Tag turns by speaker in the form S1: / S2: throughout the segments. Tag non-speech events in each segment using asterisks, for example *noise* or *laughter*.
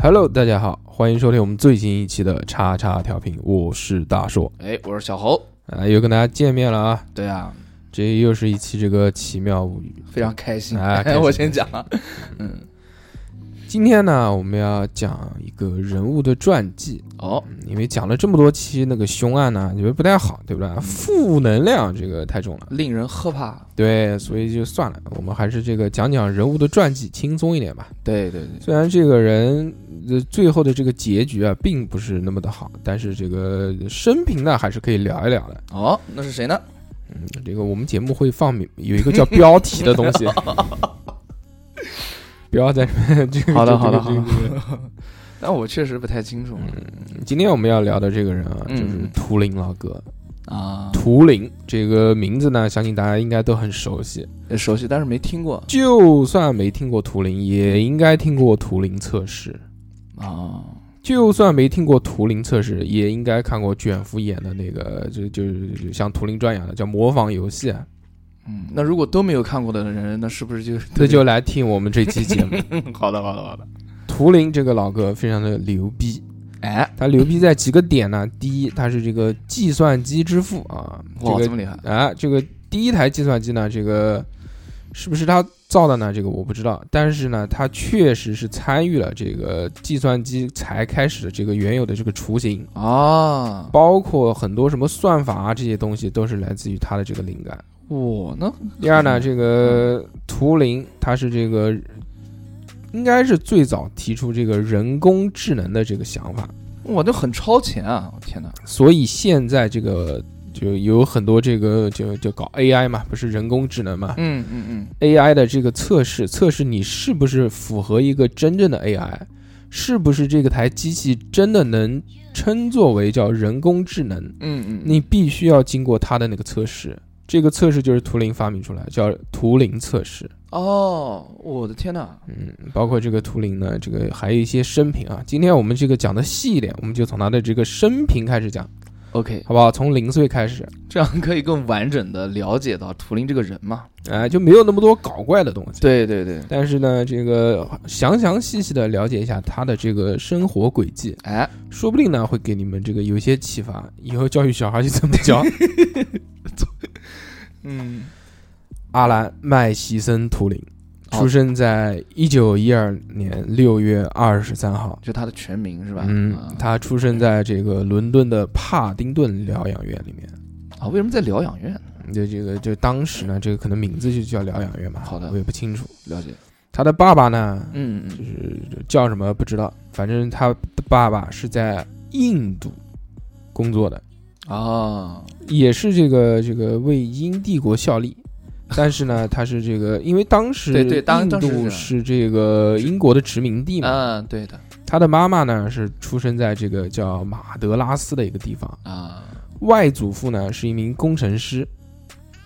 S1: Hello，大家好，欢迎收听我们最新一期的叉叉调频，我是大硕，
S2: 哎，我是小侯。
S1: 啊，又跟大家见面了啊，
S2: 对啊，
S1: 这又是一期这个奇妙物语。
S2: 非常开心。 *laughs*
S1: 哎开心
S2: 我先讲啊，
S1: 今天呢，我们要讲一个人物的传记，
S2: 哦，
S1: 嗯因为讲了这么多期那个凶案呢，觉得不太好，对不对？负能量这个太重了，
S2: 令人害怕。
S1: 对，所以就算了，我们还是这个讲讲人物的传记，轻松一点吧。
S2: 对对对，
S1: 虽然这个人呃最后的这个结局啊，并不是那么的好，但是这个生平呢，还是可以聊一聊的。
S2: 哦，那是谁呢？
S1: 嗯，这个我们节目会放名有一个
S2: *laughs*
S1: 叫标题的东西，不要在这边这个。
S2: 好的
S1: 这个
S2: 好的
S1: 这个
S2: 好
S1: 这个
S2: 但我确实不太清楚
S1: 今天我们要聊的这个人啊，就
S2: 嗯
S1: 是图灵老哥。
S2: 啊，
S1: 图灵这个名字呢，相信大家应该都很熟悉，
S2: 熟悉但是没听过
S1: 就算没听过图灵，也应该听过图灵测试。
S2: 啊。
S1: 就算没听过图灵测试，也应该看过卷福演的那个，就就就像图灵传一样的叫模仿游戏啊。
S2: 嗯，那如果都没有看过的人，那是不 *laughs* 是就嗯
S1: 这就来听我们这期节
S2: *laughs*
S1: 目。
S2: 好的好的好的？
S1: 图灵这个老哥非常的牛逼，
S2: 哎，
S1: 他牛逼在几个点呢？第一，他是这个计算机之父啊，
S2: 哇，
S1: 这
S2: 这
S1: 个
S2: 么厉害！
S1: 啊，这个第一台计算机呢，这个是不是他造的呢？这个我不知道，但是呢，他确实是参与了这个计算机才开始的这个原有的这个雏形，
S2: 啊，
S1: 包括很多什么算法啊这些东西都是来自于他的这个灵感。
S2: 我呢？
S1: 第二
S2: 嗯
S1: 呢，这个图灵他是这个应该是最早提出这个人工智能的这个想法。
S2: 哇，那很超前啊！我天哪！
S1: 所以现在这个就有很多这个就就搞 AI 嘛，不是人工智能嘛
S2: 嗯嗯嗯，
S1: ，AI 的这个测试，测试你是不是符合一个真正的 AI，是不是这个台机器真的能称作为叫人工智能，
S2: 嗯嗯，
S1: 你必须要经过它的那个测试。这个测试就是图灵发明出来，叫图灵测试。
S2: 哦，我的天哪！
S1: 嗯，包括这个图灵呢，这个还有一些生平啊。今天我们这个讲的细一点，我们就从他的这个生平开始讲，
S2: OK，
S1: 好不好？从零岁开始。
S2: 这样可以更完整的了解到图灵这个人嘛？
S1: 啊，就没有那么多搞怪的东西。
S2: 对对对，
S1: 但是呢，这个详详细细的了解一下他的这个生活轨迹，
S2: 哎，
S1: 说不定呢会给你们这个有一些启发，以后教育小孩去怎么
S2: *laughs*
S1: 教。
S2: 嗯，
S1: 阿兰·麦西森·图灵，
S2: 哦
S1: 出生在一九一二年六月二十三号。
S2: 就他的全名是吧？
S1: 嗯
S2: 啊，
S1: 他出生在这个伦敦的帕丁顿疗养院里面。
S2: 啊，为什么在疗养院？
S1: 就这个，就当时呢，这个可能名字就叫疗养院嘛，
S2: 好的
S1: 我也不清楚。
S2: 了解，
S1: 他的爸爸呢，
S2: 嗯嗯
S1: 叫什么不知道，反正他的爸爸是在印度工作的，
S2: 嗯，啊，
S1: 也是这个这个为英帝国效力。但是呢，他是这个，因为当时
S2: 对对当
S1: 印
S2: 当时
S1: 度
S2: 是
S1: 是这个英国的殖民地嘛。
S2: 嗯，对的，
S1: 他的妈妈呢是出生在这个叫马德拉斯的一个地方，
S2: 啊，
S1: 外祖父呢是一名工程师，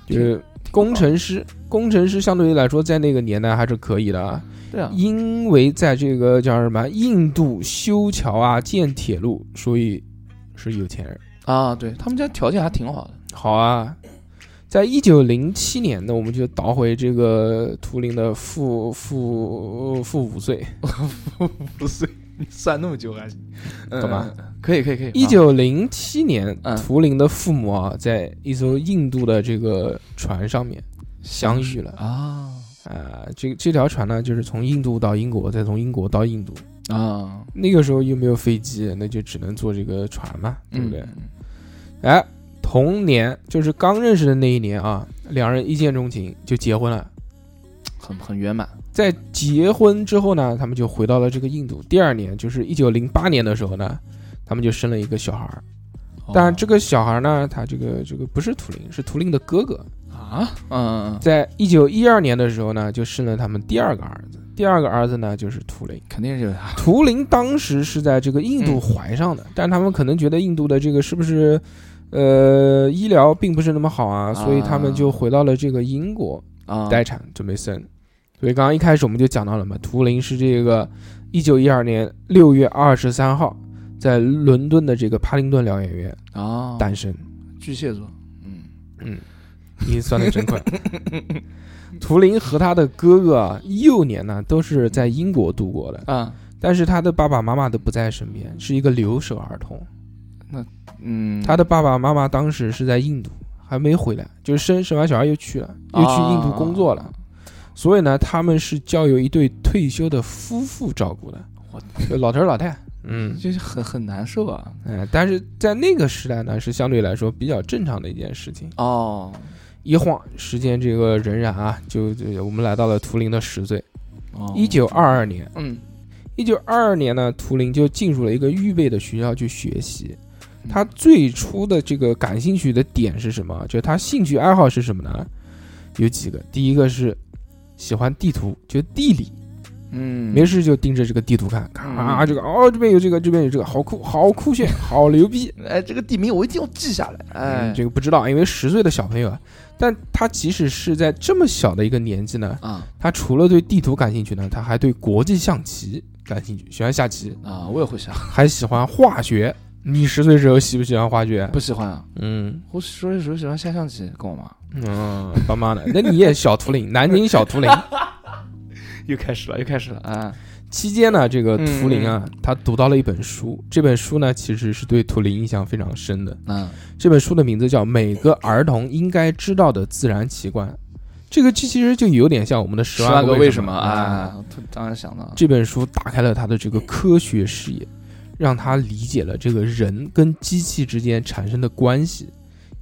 S1: 就
S2: 挺
S1: 是工程师，工程师相对于来说在那个年代还是可以的啊。
S2: 对啊，
S1: 因为在这个叫什么印度修桥啊、建铁路，所以是有钱人。
S2: 啊，对他们家条件还挺好的，
S1: *laughs* 好啊，在一九零七年呢，我们就倒回这个图灵的负负负五岁。
S2: 不是，你算那么久还行，
S1: 干嘛
S2: 嗯？可以可以可以，
S1: 一九零七年
S2: 嗯，
S1: 图灵的父母啊，在一艘印度的这个船上面相遇了。
S2: 啊
S1: 啊，这这条船呢，就是从印度到英国，再从英国到印度。
S2: 啊，
S1: 那个时候又没有飞机，那就只能坐这个船嘛，对不对？
S2: 嗯？
S1: 哎，同年就是刚认识的那一年啊，两人一见钟情就结婚了。
S2: 很很圆满，
S1: 在结婚之后呢，他们就回到了这个印度。第二年，就是一九零八年的时候呢，他们就生了一个小孩儿。哦但这
S2: 个
S1: 个小孩儿呢，他这个这个不是图灵，是图灵的哥哥。
S2: 啊，嗯，嗯嗯
S1: 在一九一二年的时候呢，就生了他们第二个儿子。第二个儿子呢，就是图灵。
S2: 肯定是有他，
S1: 图灵当时是在这个印
S2: 嗯
S1: 度怀上的，但他们可能觉得印度的这个是不是，呃，医疗并不是那么好啊，
S2: 啊
S1: 所以他们就回到了这个英国
S2: 啊，
S1: 待产，准备生。所以刚刚一开始我们就讲到了嘛，图灵是这个一九一二年六月二十三号在伦敦的这个帕丁顿疗养院
S2: 啊，
S1: 诞生。
S2: 巨蟹座，嗯，
S1: 你算的真
S2: *laughs*
S1: 快。 *laughs* 图灵和他的哥哥啊幼年呢都是在英国度过的，
S2: 啊，
S1: 但是他的爸爸妈妈都不在身边，是一个留守儿童。
S2: 嗯，
S1: 他的爸爸妈妈当时是在印度，还没回来，就是生生完小孩又去了，又去印度工作了。
S2: 啊
S1: 所以呢，他们是交由一对退休的夫妇照顾的
S2: 我，
S1: 就老头儿老太。嗯，
S2: 就是很很难受啊。
S1: 哎，但是在那个时代呢，是相对来说比较正常的一件事情。
S2: 哦，
S1: 一晃时间，这个荏苒啊，就就我们来到了图灵的十岁，
S2: 哦
S1: 一九二二年。
S2: 嗯，
S1: 一九二二年呢，图灵就进入了一个预备的学校去学习。
S2: 嗯
S1: 他最初的这个感兴趣的点是什么？就是他兴趣爱好是什么呢？有几个，第一个是喜欢地图，就地理，
S2: 嗯
S1: 没事就盯着这个地图看，看啊，
S2: 嗯
S1: 这个哦，这边有这个，这边有这个，好酷，好酷
S2: *laughs*
S1: 炫，好牛逼。
S2: 哎，这个地名我一定要记下来。哎，
S1: 嗯，这个不知道，因为十岁的小朋友啊，但他即使是在这么小的一个年纪呢，
S2: 啊
S1: 他除了对地图感兴趣呢，他还对国际象棋感兴趣，喜欢下棋。
S2: 啊，我也会想，
S1: 还喜欢化学。你十岁时候喜不喜欢化学？
S2: 不喜欢啊。
S1: 嗯
S2: 我说的时候喜欢下象棋，跟我妈
S1: 嗯，爸妈的，那你也小图 *laughs* 灵，南京小图灵。
S2: 又开始了，又开始了啊！
S1: 期间呢，这个图灵啊，他读到了一本书，这本书呢其实是对图灵印象非常深的。
S2: 嗯，
S1: 这本书的名字叫《每个儿童应该知道的自然奇观》，这个其实就有点像我们的《
S2: 十
S1: 十
S2: 万
S1: 个
S2: 个为
S1: 什
S2: 么啊！我突当然想到，
S1: 这本书打开了他的这个科学视野，让他理解了这个人跟机器之间产生的关系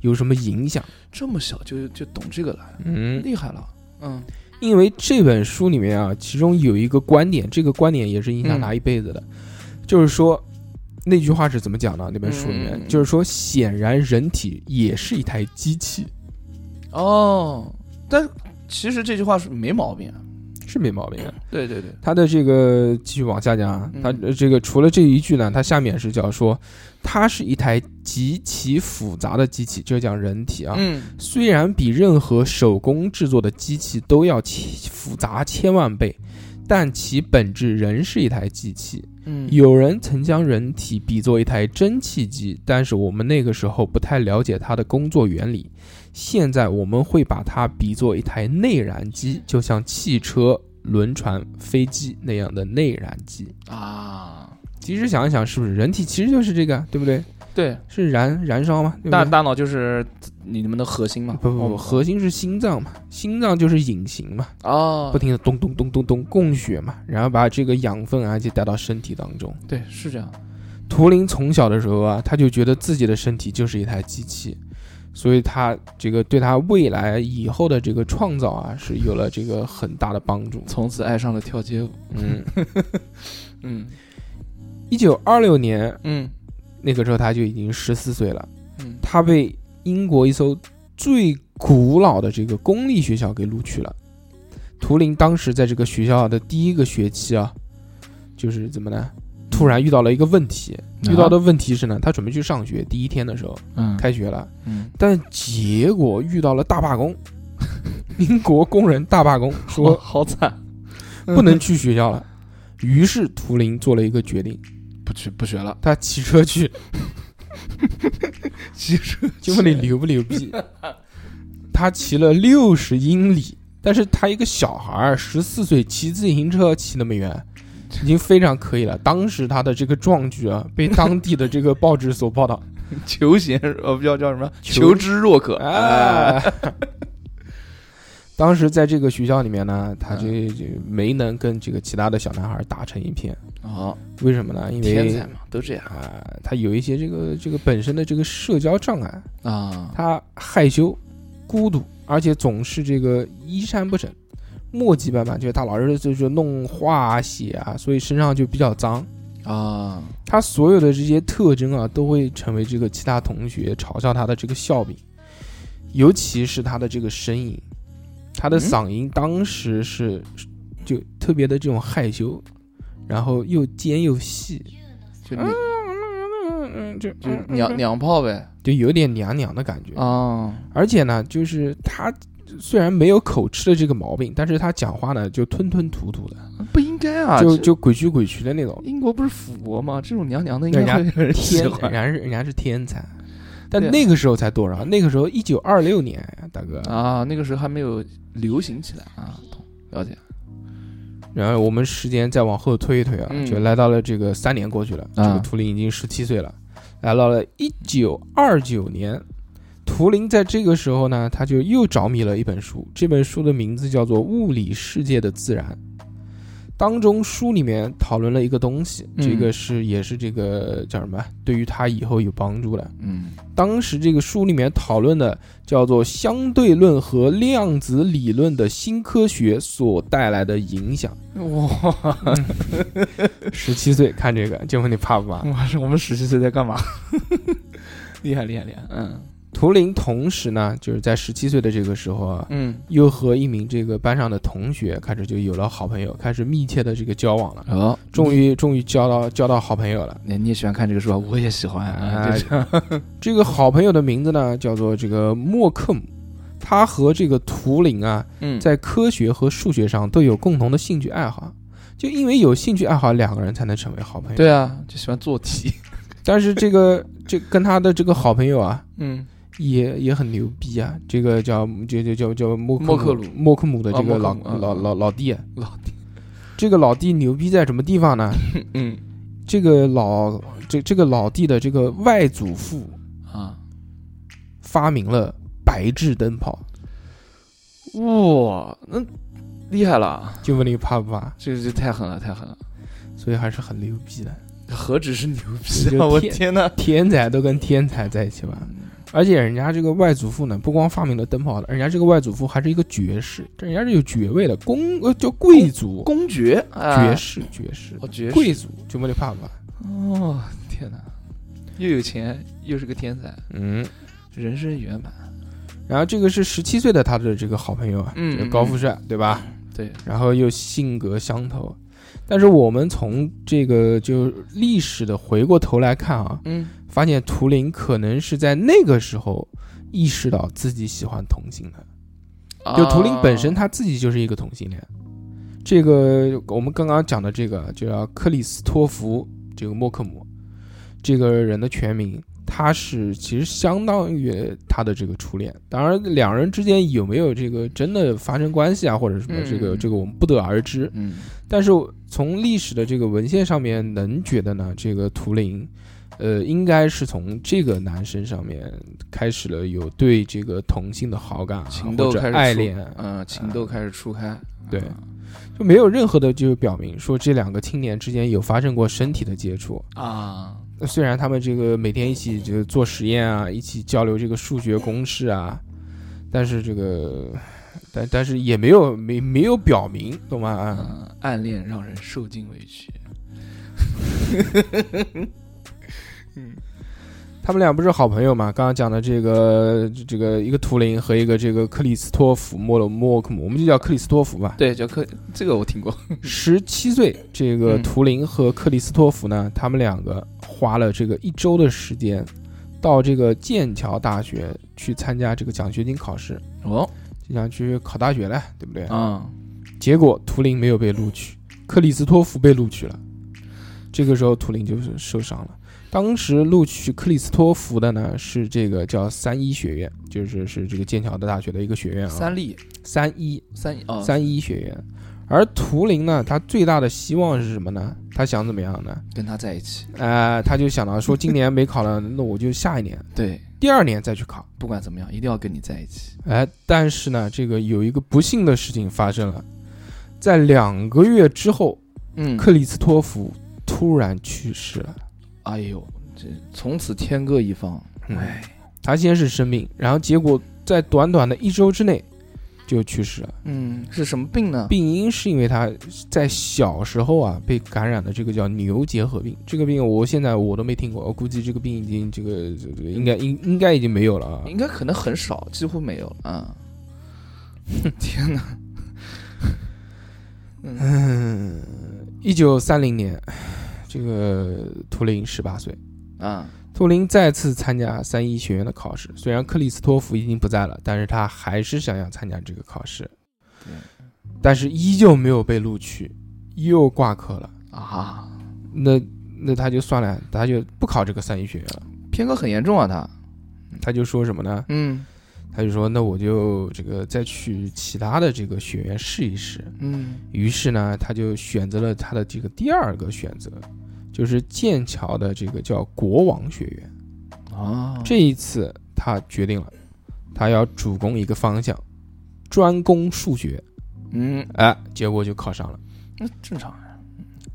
S1: 有什么影响。
S2: 这么小就就懂这个了，
S1: 嗯，
S2: 厉害了。嗯，
S1: 因为这本书里面啊，其中有一个观点，这个观点也是影响他一辈子的，就是说那句话是怎么讲的？那本书里面、
S2: 嗯嗯嗯
S1: 就是说，显然人体也是一台机器，
S2: 哦，但其实这句话是没毛病啊。
S1: 是没毛病的。
S2: 对对对，
S1: 他的这个继续往下讲啊，
S2: 嗯
S1: 他呃这个除了这一句呢，他下面是叫说，它是一台极其复杂的机器，就是讲人体啊，
S2: 嗯
S1: 虽然比任何手工制作的机器都要其复杂千万倍，但其本质仍是一台机器。
S2: 嗯
S1: 有人曾将人体比作一台蒸汽机，但是我们那个时候不太了解它的工作原理。现在我们会把它比作一台内燃机，就像汽车、轮船、飞机那样的内燃机。
S2: 啊，
S1: 其实想一想，是不是人体其实就是这个，对不对？
S2: 对，
S1: 是燃燃烧嘛，对不
S2: 大
S1: 对？
S2: 大脑就是你们的核心嘛。
S1: 不不不，
S2: 哦
S1: 核心是心脏嘛，心脏就是引擎嘛，
S2: 哦
S1: 不，停的咚咚咚咚咚供血嘛，然后把这个养分啊就带到身体当中。
S2: 对，是这样。
S1: 图灵从小的时候啊，他就觉得自己的身体就是一台机器，所以他这个对他未来以后的这个创造啊，是有了这个很大的帮助。
S2: 从此爱上了跳街舞。
S1: 嗯，
S2: 嗯
S1: 一九二六年
S2: 嗯
S1: 那个时候他就已经十四岁了，
S2: 嗯，
S1: 他被英国一艘最古老的这个公立学校给录取了。图灵当时在这个学校的第一个学期啊，就是怎么呢？突然遇到了一个问题，遇到的问题是呢，他准备去上学，第一天的时候
S2: 嗯
S1: 开学了，
S2: 嗯
S1: 但结果遇到了大罢工， *laughs* 英国工人大罢工，
S2: 我
S1: 说
S2: 好惨，嗯
S1: 不能去学校了。于是图灵做了一个决定，
S2: 不去不学了。
S1: 他骑车去，
S2: *laughs* 其 *laughs* 实
S1: 就问你牛不牛逼？他骑了六十英里，但是他一个小孩儿十四岁骑自行车骑那么远，已经非常可以了。当时他的这个壮举啊，被当地的这个报纸所报道。
S2: 求贤呃，不叫叫什么？
S1: 求
S2: 求知若渴。哎，
S1: 哎， *laughs* 当时在这个学校里面呢，他就
S2: 嗯
S1: 就没能跟这个其他的小男孩打成一片。
S2: 哦，
S1: 为什么呢？因
S2: 天
S1: 为
S2: 才
S1: 啊、
S2: 嘛，都这样
S1: 他有一些这个这个本身的这个社交障碍，
S2: 啊。
S1: 他害羞、孤独，而且总是这个衣衫不整。墨迹斑斑，就是他老是就是弄画啊、写啊，所以身上就比较脏。
S2: 啊，
S1: 他所有的这些特征啊，都会成为这个其他同学嘲笑他的这个笑柄，尤其是他的这个声音，他的
S2: 嗯
S1: 嗓音当时是就特别的这种害羞，然后又尖又细，
S2: 就你
S1: 嗯嗯，就
S2: 就娘娘炮呗
S1: 就有点娘娘的感觉。
S2: 啊，
S1: 而且呢，就是他虽然没有口吃的这个毛病，但是他讲话呢就吞吞吐吐的，
S2: 不应该啊，
S1: 就
S2: 这
S1: 就鬼屈鬼屈的那种。
S2: 英国不是腐国吗？这种娘娘的应
S1: 人
S2: 该会有人喜
S1: 天，人
S2: 欢
S1: 家是人家是天才，但
S2: 对啊
S1: 那个时候才多少？那个时候一九二六年
S2: 啊
S1: 呀，大哥，
S2: 啊。那个时候还没有流行起来啊，懂了解
S1: 然后我们时间再往后推一推啊，
S2: 嗯
S1: 就来到了这个三年过去了，
S2: 啊
S1: 这个图灵已经十七岁了，来到了一九二九年。图灵在这个时候呢，他就又着迷了一本书，这本书的名字叫做《物理世界的自然》。当中书里面讨论了一个东西，
S2: 嗯
S1: 这个是也是这个叫什么？对于他以后有帮助的。
S2: 嗯
S1: 当时这个书里面讨论的叫做相对论和量子理论的新科学所带来的影响。
S2: 哇， *laughs*
S1: 十七岁看这个，就问你怕不怕？
S2: 我是我们十七岁在干嘛？ *laughs* 厉害厉害厉害！嗯
S1: 图灵同时呢，就是在十七岁的这个时候啊，
S2: 嗯
S1: 又和一名这个班上的同学开始就有了好朋友，开始密切的这个交往了，
S2: 哦，
S1: 终于终于交到交到好朋友了。
S2: 你你也喜欢看这个书啊？我也喜欢啊，
S1: 哎
S2: 就是
S1: 这个好朋友的名字呢，叫做这个默克姆。他和这个图灵啊，
S2: 嗯
S1: 在科学和数学上都有共同的兴趣爱好，就因为有兴趣爱好，两个人才能成为好朋友。，
S2: 对啊，就喜欢做题。
S1: 但是这个这跟他的这个好朋友啊，
S2: 嗯，
S1: 也也很牛逼啊！这个叫叫叫叫叫默
S2: 默克鲁
S1: 默克姆的这个
S2: 啊
S1: 老、
S2: 默克姆嗯
S1: 老老老弟，啊
S2: 老弟，
S1: 这个老弟牛逼在什么地方呢？
S2: 嗯
S1: 这个老这这个老弟的这个外祖父
S2: 啊，
S1: 发明了白炽灯泡，
S2: 哇，那厉害了，
S1: 就问你怕不怕？
S2: 这个就太狠了，太狠了，
S1: 所以还是很牛逼的，
S2: 何止是牛
S1: 这
S2: 逼
S1: 就
S2: 啊！我
S1: 天
S2: 天哪！
S1: 天才都跟天才在一起玩。而且人家这个外祖父呢，不光发明了灯泡，人家这个外祖父还是一个爵士，这人家是有爵位的，公呃叫贵族，
S2: 公爵，啊
S1: 爵，士爵士
S2: 哦，爵士，
S1: 贵族，就问你怕不怕？
S2: 哦，天哪，又有钱又是个天才，
S1: 嗯。
S2: 人生圆满。
S1: 然后这个是十七岁的他的这个好朋友啊，
S2: 嗯
S1: 这个高富帅，对吧？
S2: 对，
S1: 然后又性格相投，但是我们从这个就历史的回过头来看啊，
S2: 嗯，
S1: 发现图灵可能是在那个时候意识到自己喜欢同性的，就图灵本身
S2: 啊，
S1: 他自己就是一个同性恋。这个我们刚刚讲的这个就叫克里斯托弗这个默克姆，这个人的全名，他是其实相当于他的这个初恋。当然，两人之间有没有这个真的发生关系啊，或者什么，
S2: 嗯
S1: 这个这个我们不得而知。
S2: 嗯
S1: 但是从历史的这个文献上面能觉得呢，这个图灵，呃，应该是从这个男生上面开始了有对这个同性的好感啊，
S2: 情窦
S1: 或者
S2: 开始
S1: 爱
S2: 出
S1: 恋，啊
S2: 嗯，情窦开始初开，
S1: 嗯对
S2: 啊
S1: 就没有任何的就表明说这两个青年之间有发生过身体的接触。
S2: 啊，
S1: 那虽然他们这个每天一起就是做实验啊，一起交流这个数学公式啊，但是这个，但但是也没有没没有表明，懂吗？啊，
S2: 嗯，暗恋让人受尽委屈。
S1: 他们俩不是好朋友嘛？刚刚讲的这个这个一个图灵和一个这个克里斯托弗莫洛莫克姆，我们就叫克里斯托弗吧。
S2: 对，叫克，这个我听过。
S1: 十七岁，这个
S2: 嗯
S1: 图灵和克里斯托弗呢，他们两个花了这个一周的时间，到这个剑桥大学去参加这个奖学金考试，
S2: 哦，
S1: 就想去考大学了，对不对？
S2: 啊，
S1: 结果图灵没有被录取，克里斯托弗被录取了。这个时候图灵就是受伤了。当时录取克里斯托弗的呢是这个叫三一学院，就是是这个剑桥的大学的一个学院啊。
S2: 三立
S1: 三一
S2: 三哦
S1: 三一学院。而图灵呢，他最大的希望是什么呢？他想怎么样呢？
S2: 跟他在一起，
S1: 呃，他就想到说，今年没考了，那我就下一年，
S2: 对，
S1: 第二年再去考。
S2: 不管怎么样，一定要跟你在一起。
S1: 哎，但是呢，这个有一个不幸的事情发生了，在两个月之后，
S2: 嗯
S1: 克里斯托弗突然去世了。
S2: 哎呦，这从此天各一方。
S1: 嗯
S2: 哎，
S1: 他先是生病，然后结果在短短的一周之内就去世了。
S2: 嗯，是什么病呢？
S1: 病因是因为他在小时候啊被感染的这个叫牛结核病，这个病我现在我都没听过，我估计这个病已经这个这个应该应应该已经没有了啊。
S2: 应该可能很少，几乎没有了 *laughs* 啊。天哪！
S1: 一九三零年，这个图灵十八岁，
S2: 啊，
S1: 图灵再次参加三一学院的考试，虽然克里斯托弗已经不在了，但是他还是想要参加这个考试
S2: 对，
S1: 但是依旧没有被录取，又挂科了。
S2: 啊，
S1: 那那他就算了，他就不考这个三一学院了。
S2: 偏科很严重啊，他。
S1: 他就说什么呢？
S2: 嗯
S1: 他就说那我就这个再去其他的这个学院试一试。
S2: 嗯
S1: 于是呢，他就选择了他的这个第二个选择，就是剑桥的这个叫国王学院。
S2: 啊，
S1: 这一次他决定了，他要主攻一个方向，专攻数学。
S2: 嗯
S1: 哎，结果就考上了。
S2: 那正常呀，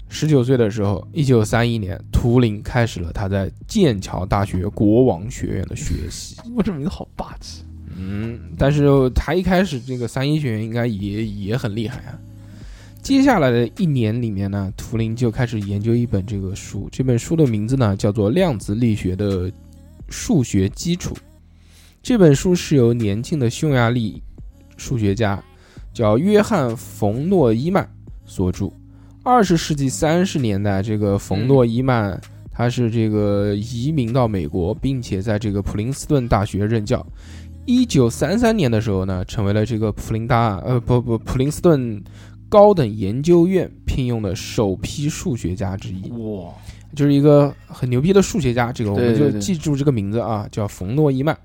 S1: 十九岁的时候，一九三一年，图灵开始了他在剑桥大学国王学院的学习。
S2: 我这名字好霸气。
S1: 嗯，但是他一开始这个三一学院应该也也很厉害啊。接下来的一年里面呢，图灵就开始研究一本这个书，这本书的名字呢叫做《量子力学的数学基础》。这本书是由年轻的匈牙利数学家叫约翰·冯诺依曼所著。二十世纪三十年代，这个冯诺依曼他是这个移民到美国，并且在这个普林斯顿大学任教。一九三三年的时候呢，成为了这个普林大呃不不普林斯顿高等研究院聘用的首批数学家之一，
S2: 哇，
S1: 就是一个很牛逼的数学家。这个我们
S2: 对对
S1: 就
S2: 对
S1: 记住这个名字啊，叫冯诺依曼。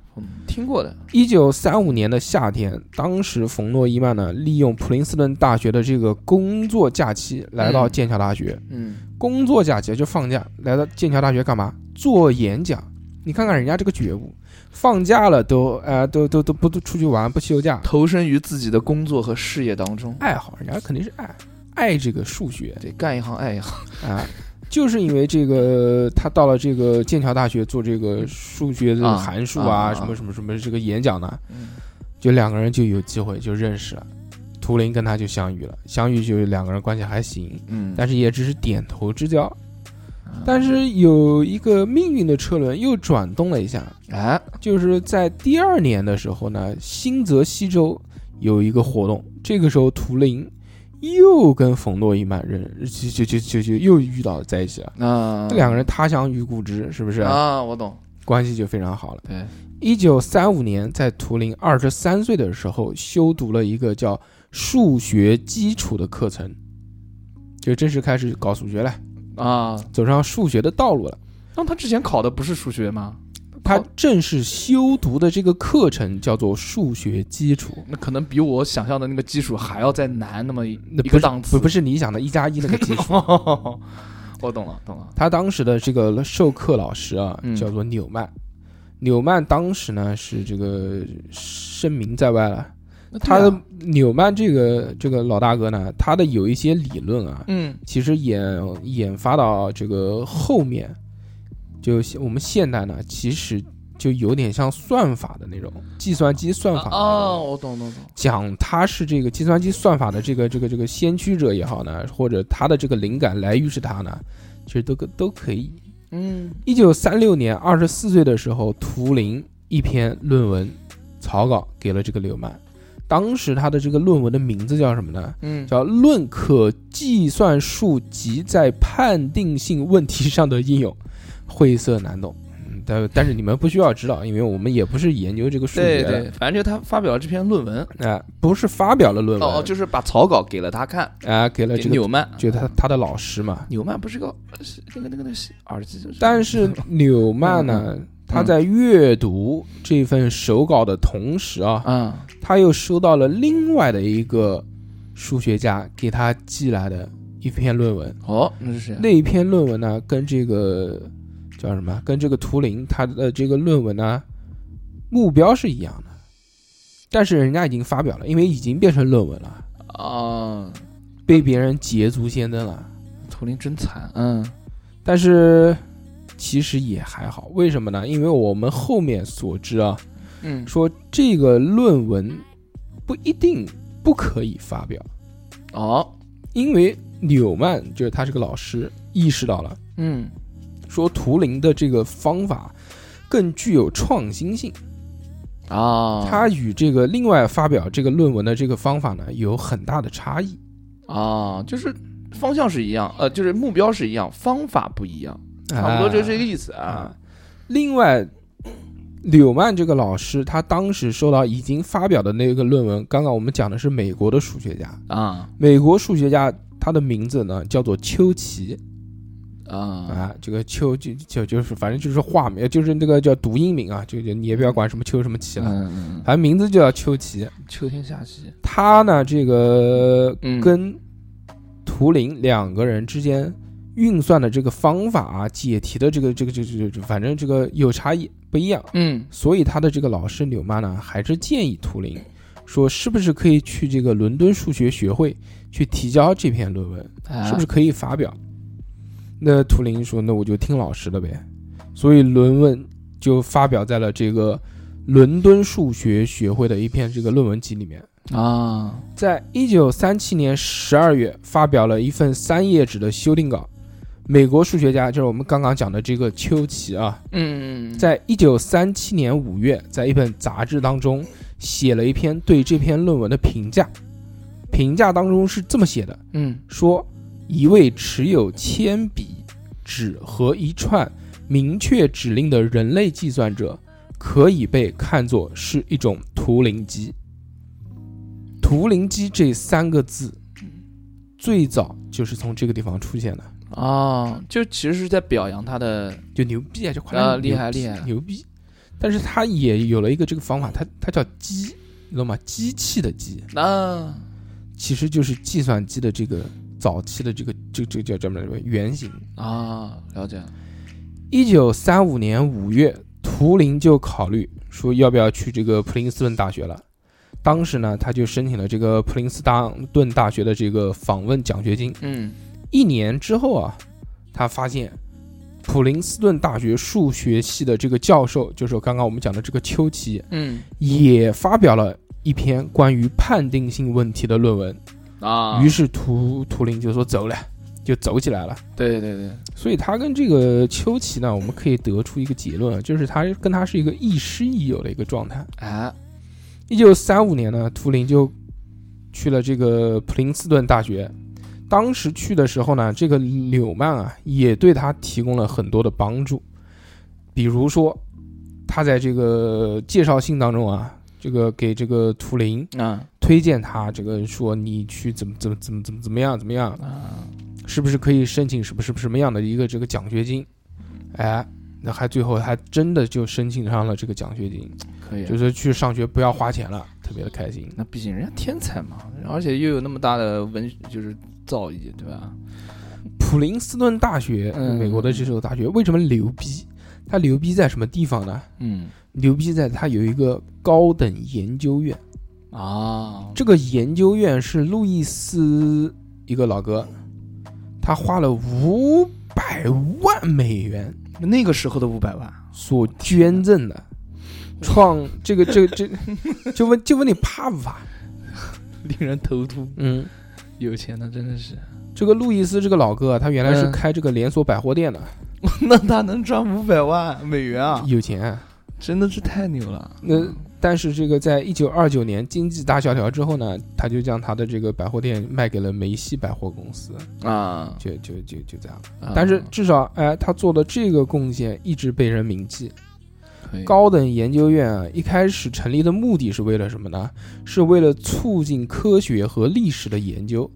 S2: 听过的，
S1: 一九三五年的夏天，当时冯诺依曼呢，利用普林斯顿大学的这个工作假期来到
S2: 嗯
S1: 剑桥大学。
S2: 嗯，
S1: 工作假期就放假，来到剑桥大学干嘛？做演讲。你看看人家这个觉悟，放假了都呃都都都不都出去玩，不休假，
S2: 投身于自己的工作和事业当中，
S1: 爱好人家肯定是爱爱这个数学
S2: 哎得干一行爱一行。
S1: 啊、就是因为这个他到了这个剑桥大学做这个数学的
S2: 啊
S1: 函数
S2: 啊
S1: 啊
S2: 啊
S1: 什么什么什么这个演讲呢，
S2: 嗯
S1: 就两个人就有机会就认识了，图灵跟他就相遇了，相遇就两个人关系还行，
S2: 嗯啊
S1: 但是也只是点头之交，但是有一个命运的车轮又转动了一下，
S2: 哎，
S1: 就是在第二年的时候呢，新泽西州有一个活动，这个时候图灵又跟冯诺依曼人就就就就就又遇到在一起了。
S2: 那
S1: 这两个人他乡遇故知，是不是、
S2: 啊，我懂，
S1: 关系就非常好了？
S2: 对，
S1: 一九三五年，在图灵二十三岁的时候，修读了一个叫数学基础的课程，就正式开始搞数学了，
S2: 啊，
S1: 走上数学的道路了。
S2: 那他之前考的不是数学吗？
S1: 他
S2: 考
S1: 正式修读的这个课程叫做数学基础，
S2: 那可能比我想象的那个基础还要再难那么一
S1: 那
S2: 一
S1: 不
S2: 个
S1: 是
S2: 档次。
S1: 不不是你想的一加一那个
S2: *laughs*
S1: 基础。
S2: 哦，我懂了，懂了。
S1: 他当时的这个授课老师啊
S2: 嗯，
S1: 叫做纽曼。纽曼当时呢是这个声名在外了。
S2: 那对
S1: 他
S2: 啊
S1: 的纽曼这个这个老大哥呢，他的有一些理论啊，
S2: 嗯
S1: 其实研研发到这个后面，就我们现代呢，其实就有点像算法的那种计算机算法的那种
S2: 啊，我懂懂懂。
S1: 讲他是这个计算机算法的这个这个这个先驱者也好呢，或者他的这个灵感来源是他呢，其实都可都可以。
S2: 嗯
S1: 一九三六年，二十四岁的时候，图灵一篇论文草稿给了这个纽曼。当时他的这个论文的名字叫什么呢？
S2: 嗯，
S1: 叫《论可计算数及在判定性问题上的应用》，晦涩难懂。嗯但但是你们不需要知道，因为我们也不是研究这个数学
S2: 对
S1: 的。
S2: 对，反正就他发表了这篇论文，
S1: 哎、不是发表了论文，
S2: 哦，就是把草稿给了他看，
S1: 啊，给了
S2: 给
S1: 这个，
S2: 纽曼。
S1: 就他他的老师嘛。
S2: 纽曼不是个是那个那个那个是耳机，就是
S1: 但是纽曼
S2: 嗯
S1: 呢，他在阅读这份手稿的同时啊，
S2: 啊，
S1: 他又收到了另外的一个数学家给他寄来的一篇论文。
S2: 哦，那是谁啊？
S1: 那一篇论文呢，跟这个叫什么？跟这个图灵他的这个论文呢，目标是一样的，但是人家已经发表了，因为已经变成论文了，
S2: 啊，
S1: 被别人捷足先登了。
S2: 图灵真惨，嗯
S1: 但是其实也还好，为什么呢？因为我们后面所知啊，
S2: 嗯，
S1: 说这个论文不一定不可以发表，
S2: 哦，
S1: 因为纽曼就是他这个老师意识到了，
S2: 嗯
S1: 说图灵的这个方法更具有创新性，
S2: 啊，
S1: 它与这个另外发表这个论文的这个方法呢有很大的差异。
S2: 啊，就是方向是一样，呃，就是目标是一样，方法不一样，
S1: 哎
S2: 差不多就这个意思
S1: 啊
S2: 啊。。
S1: 另外，柳曼这个老师，他当时收到已经发表的那个论文，刚刚我们讲的是美国的数学家，
S2: 啊
S1: 美国数学家他的名字呢叫做丘奇，
S2: 啊，
S1: 啊，这个丘就就就是反正就是化名，就是那个叫读音名啊，就就你也不要管什么丘什么奇了，
S2: 嗯嗯，
S1: 反正名字就叫丘奇。
S2: 秋天下棋，
S1: 他呢，这个
S2: 嗯
S1: 跟图灵两个人之间运算的这个方法啊，解题的这个这个这个这个这个，反正这个有差异不一样，
S2: 嗯
S1: 所以他的这个老师纽曼呢，还是建议图灵说，是不是可以去这个伦敦数学学会去提交这篇论文？
S2: 啊
S1: 哎是不是可以发表？那图灵说：“那我就听老师的呗。”所以论文就发表在了这个伦敦数学学会的一篇这个论文集里面。
S2: 啊？
S1: 在一九三七年十二月，发表了一份三页纸的修订稿。美国数学家就是我们刚刚讲的这个丘奇啊，
S2: 嗯，
S1: 在一九三七年五月，在一本杂志当中写了一篇对这篇论文的评价。评价当中是这么写的：
S2: 嗯
S1: 说，一位持有铅笔、纸和一串明确指令的人类计算者，可以被看作是一种图灵机。图灵机这三个字，最早就是从这个地方出现的，
S2: 啊，就其实是在表扬他的
S1: 就牛逼啊，就夸
S2: 啊
S1: 他
S2: 厉
S1: 牛
S2: 害
S1: 逼
S2: 厉害
S1: 牛逼。但是他也有了一个这个方法，它它叫机，你懂吗？机器的机，
S2: 那
S1: 其实就是计算机的这个早期的这个这这这叫什么来着？原型。
S2: 啊，了解了，
S1: 一九三五年五月，图灵就考虑说要不要去这个普林斯顿大学了。当时呢，他就申请了这个普林斯顿大学的这个访问奖学金。
S2: 嗯
S1: 一年之后啊，他发现普林斯顿大学数学系的这个教授，就是刚刚我们讲的这个丘奇，
S2: 嗯
S1: 也发表了一篇关于判定性问题的论文。
S2: 啊，
S1: 于是图图灵就说走了，就走起来了。
S2: 对对对，
S1: 所以他跟这个丘奇呢，我们可以得出一个结论，啊就是他跟他是一个亦师亦友的一个状态。
S2: 哎，
S1: 一九三五年呢，图灵就去了这个普林斯顿大学。当时去的时候呢，这个纽曼啊，也对他提供了很多的帮助，比如说他在这个介绍信当中啊，这个给这个图灵
S2: 啊
S1: 推荐他，这个说你去怎么怎么怎么怎么怎么样怎么样，
S2: 啊，
S1: 是不是可以申请什么什么什么样的一个这个奖学金？哎，那还最后还真的就申请上了这个奖学金，
S2: 可以，
S1: 就是去上学不要花钱了，特别的开心。
S2: 那毕竟人家天才嘛，而且又有那么大的文就是造诣，对吧？
S1: 普林斯顿大学，
S2: 嗯
S1: 美国的这所大学为什么牛逼？它牛逼在什么地方呢？
S2: 嗯
S1: 牛逼在它有一个高等研究院，
S2: 啊，
S1: 这个研究院是路易斯一个老哥，他花了五百万美元
S2: 那个时候的五百万，
S1: 所捐赠的，创这个这个这，就问就问你怕不怕？
S2: 令人头秃。
S1: 嗯，
S2: 有钱的真的是，
S1: 这个路易斯这个老哥啊，他原来是
S2: 嗯
S1: 开这个连锁百货店的，
S2: *laughs* 那他能赚五百万美元啊，
S1: 有钱啊。
S2: 真的是太牛了。
S1: 那但是这个在一九二九年经济大萧条之后呢，他就将他的这个百货店卖给了梅西百货公司，
S2: 啊，
S1: 就就就就这样。
S2: 啊
S1: 但是至少哎，他做的这个贡献一直被人铭记。
S2: 可以
S1: 高等研究院啊，一开始成立的目的是为了什么呢？是为了促进科学和历史的研究。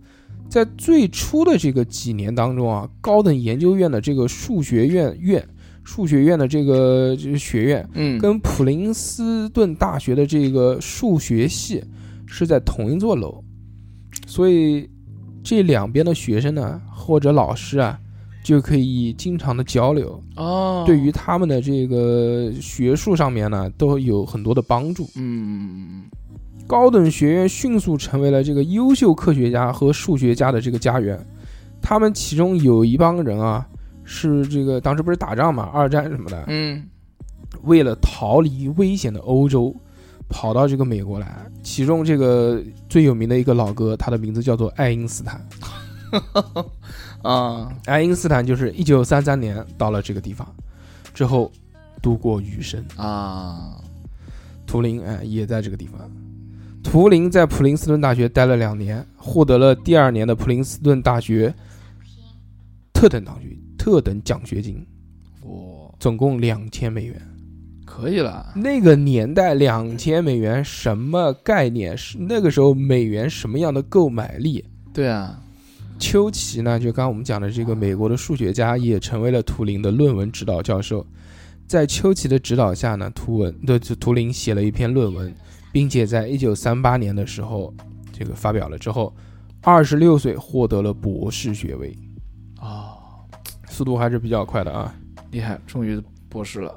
S1: 在最初的这个几年当中啊，高等研究院的这个数学院院数学院的这个这个学院，
S2: 嗯
S1: 跟普林斯顿大学的这个数学系是在同一座楼，所以这两边的学生呢，或者老师啊，就可以经常的交流。
S2: 哦，
S1: 对于他们的这个学术上面呢，都有很多的帮助。
S2: 嗯
S1: 高等学院迅速成为了这个优秀科学家和数学家的这个家园。他们其中有一帮人啊，是这个当时不是打仗嘛，二战什么的，
S2: 嗯
S1: 为了逃离危险的欧洲，跑到这个美国来。其中这个最有名的一个老哥，他的名字叫做爱因斯坦。
S2: 啊，
S1: 爱因斯坦就是一九三三年到了这个地方之后，度过余生。
S2: 啊，
S1: 图灵哎也在这个地方。图灵在普林斯顿大学待了两年，获得了第二年的普林斯顿大学特等奖学特等奖学金，
S2: 我
S1: 总共两千美元。
S2: 可以了，
S1: 那个年代两千美元什么概念？是那个时候美元什么样的购买力？
S2: 对啊，
S1: 丘奇呢，就刚刚我们讲的这个美国的数学家，也成为了图灵的论文指导教授。在丘奇的指导下呢，图文的图灵写了一篇论文，并且在一九三八年的时候，这个发表了之后，二十六岁获得了博士学位，
S2: 哦，
S1: 速度还是比较快的啊。
S2: 厉害，终于博士了。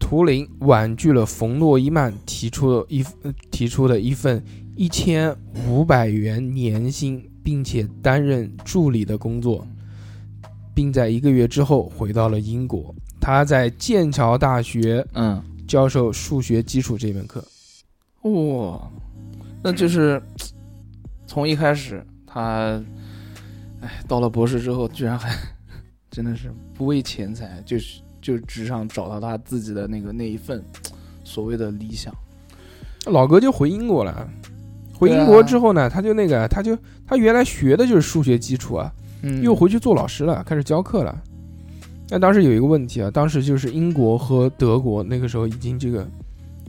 S1: 图灵婉拒了冯诺依曼提出的一呃提出的一份一千五百元年薪，并且担任助理的工作，并在一个月之后回到了英国。他在剑桥大学
S2: 嗯，
S1: 教授数学基础这门课。
S2: 哇、那就是从一开始他，哎，到了博士之后，居然还真的是不为钱财，就是就只想找到他自己的那个那一份所谓的理想。
S1: 老哥就回英国了，回
S2: 对啊
S1: 英国之后呢，他就那个，啊他就他原来学的就是数学基础啊，
S2: 嗯
S1: 又回去做老师了，开始教课了。那当时有一个问题啊，当时就是英国和德国那个时候已经这个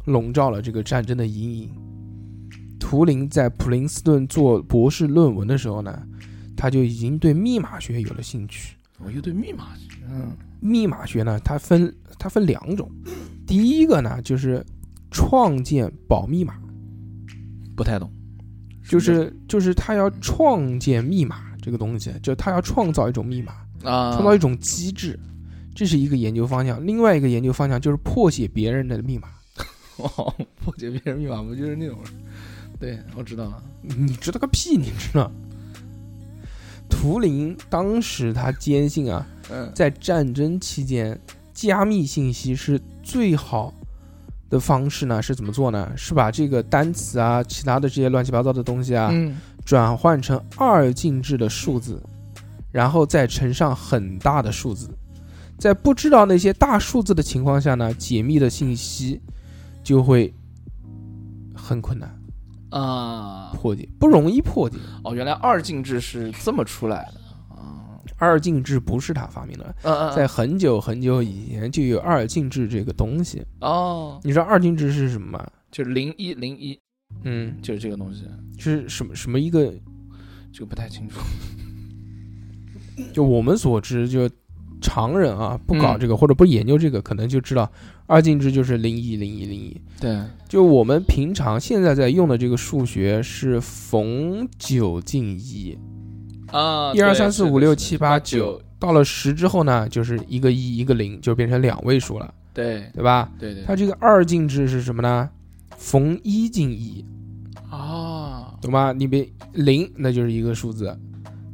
S1: 笼罩了这个战争的阴影。图灵在普林斯顿做博士论文的时候呢，他就已经对密码学有了兴趣。
S2: 我又对密码，嗯
S1: 密码学呢，它分它分两种，第一个呢就是创建保密码，
S2: 不太懂，
S1: 就是就是他要创建密码这个东西，就他要创造一种密码。
S2: 啊， *laughs*
S1: 创造一种机制，这是一个研究方向。另外一个研究方向就是破解别人的密码。
S2: 哦，破解别人密码不就是那种？对，我知道了。
S1: 你知道个屁！你知道？图灵当时他坚信啊，
S2: 嗯，
S1: 在战争期间，加密信息是最好的方式呢。是怎么做呢？是把这个单词啊、其他的这些乱七八糟的东西啊，
S2: 嗯，
S1: 转换成二进制的数字，然后再乘上很大的数字，在不知道那些大数字的情况下呢，解密的信息就会很困难
S2: 啊，
S1: 破解，不容易破解。
S2: 哦，原来二进制是这么出来的啊。
S1: 二进制不是他发明的，
S2: 嗯嗯，
S1: 在很久很久以前就有二进制这个东西。
S2: 哦，
S1: 你知道二进制是什么吗？
S2: 就零一零一，
S1: 嗯，
S2: 就是这个东西，
S1: 是什么什么一个？
S2: 这个不太清楚。 *laughs*
S1: 就我们所知，就常人啊，不搞
S2: 嗯
S1: 这个、或者不研究这个，可能就知道二进制就是零一零一零一。
S2: 对，
S1: 就我们平常现在在用的这个数学是逢九进一，
S2: 啊，
S1: 一二三四
S2: 对
S1: 五六七八，
S2: 是的是
S1: 九
S2: 的，
S1: 到了十之后呢，就是一个一一个零，就变成两位数了，
S2: 对
S1: 对吧？
S2: 对对，
S1: 它这个二进制是什么呢？逢一进一，
S2: 啊，
S1: 懂吗？你别零，那就是一个数字；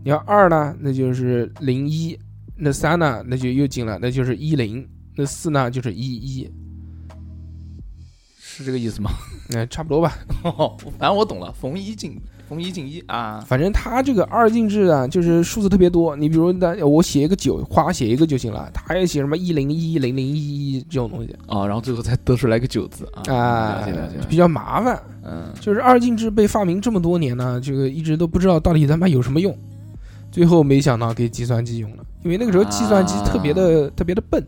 S1: 你要二呢，那就是零一；那三呢，那就又进了，那就是一零；那四呢，就是一一。
S2: 是这个意思吗？ *laughs*
S1: 那差不多吧。
S2: 哦，反正我懂了，逢一进逢一进一啊，
S1: 反正它这个二进制啊，就是数字特别多。你比如那我写一个九，夸写一个就行了。他也写什么一零一零零一一这种东西
S2: 哦，然后最后才得出来个九字啊，
S1: 啊
S2: 了解了解，了
S1: 比
S2: 解，
S1: 较麻烦。
S2: 嗯，
S1: 就是二进制被发明这么多年呢，这个一直都不知道到底他妈有什么用。最后没想到给计算机用了，因为那个时候计算机特别的、
S2: 啊
S1: 特别的笨，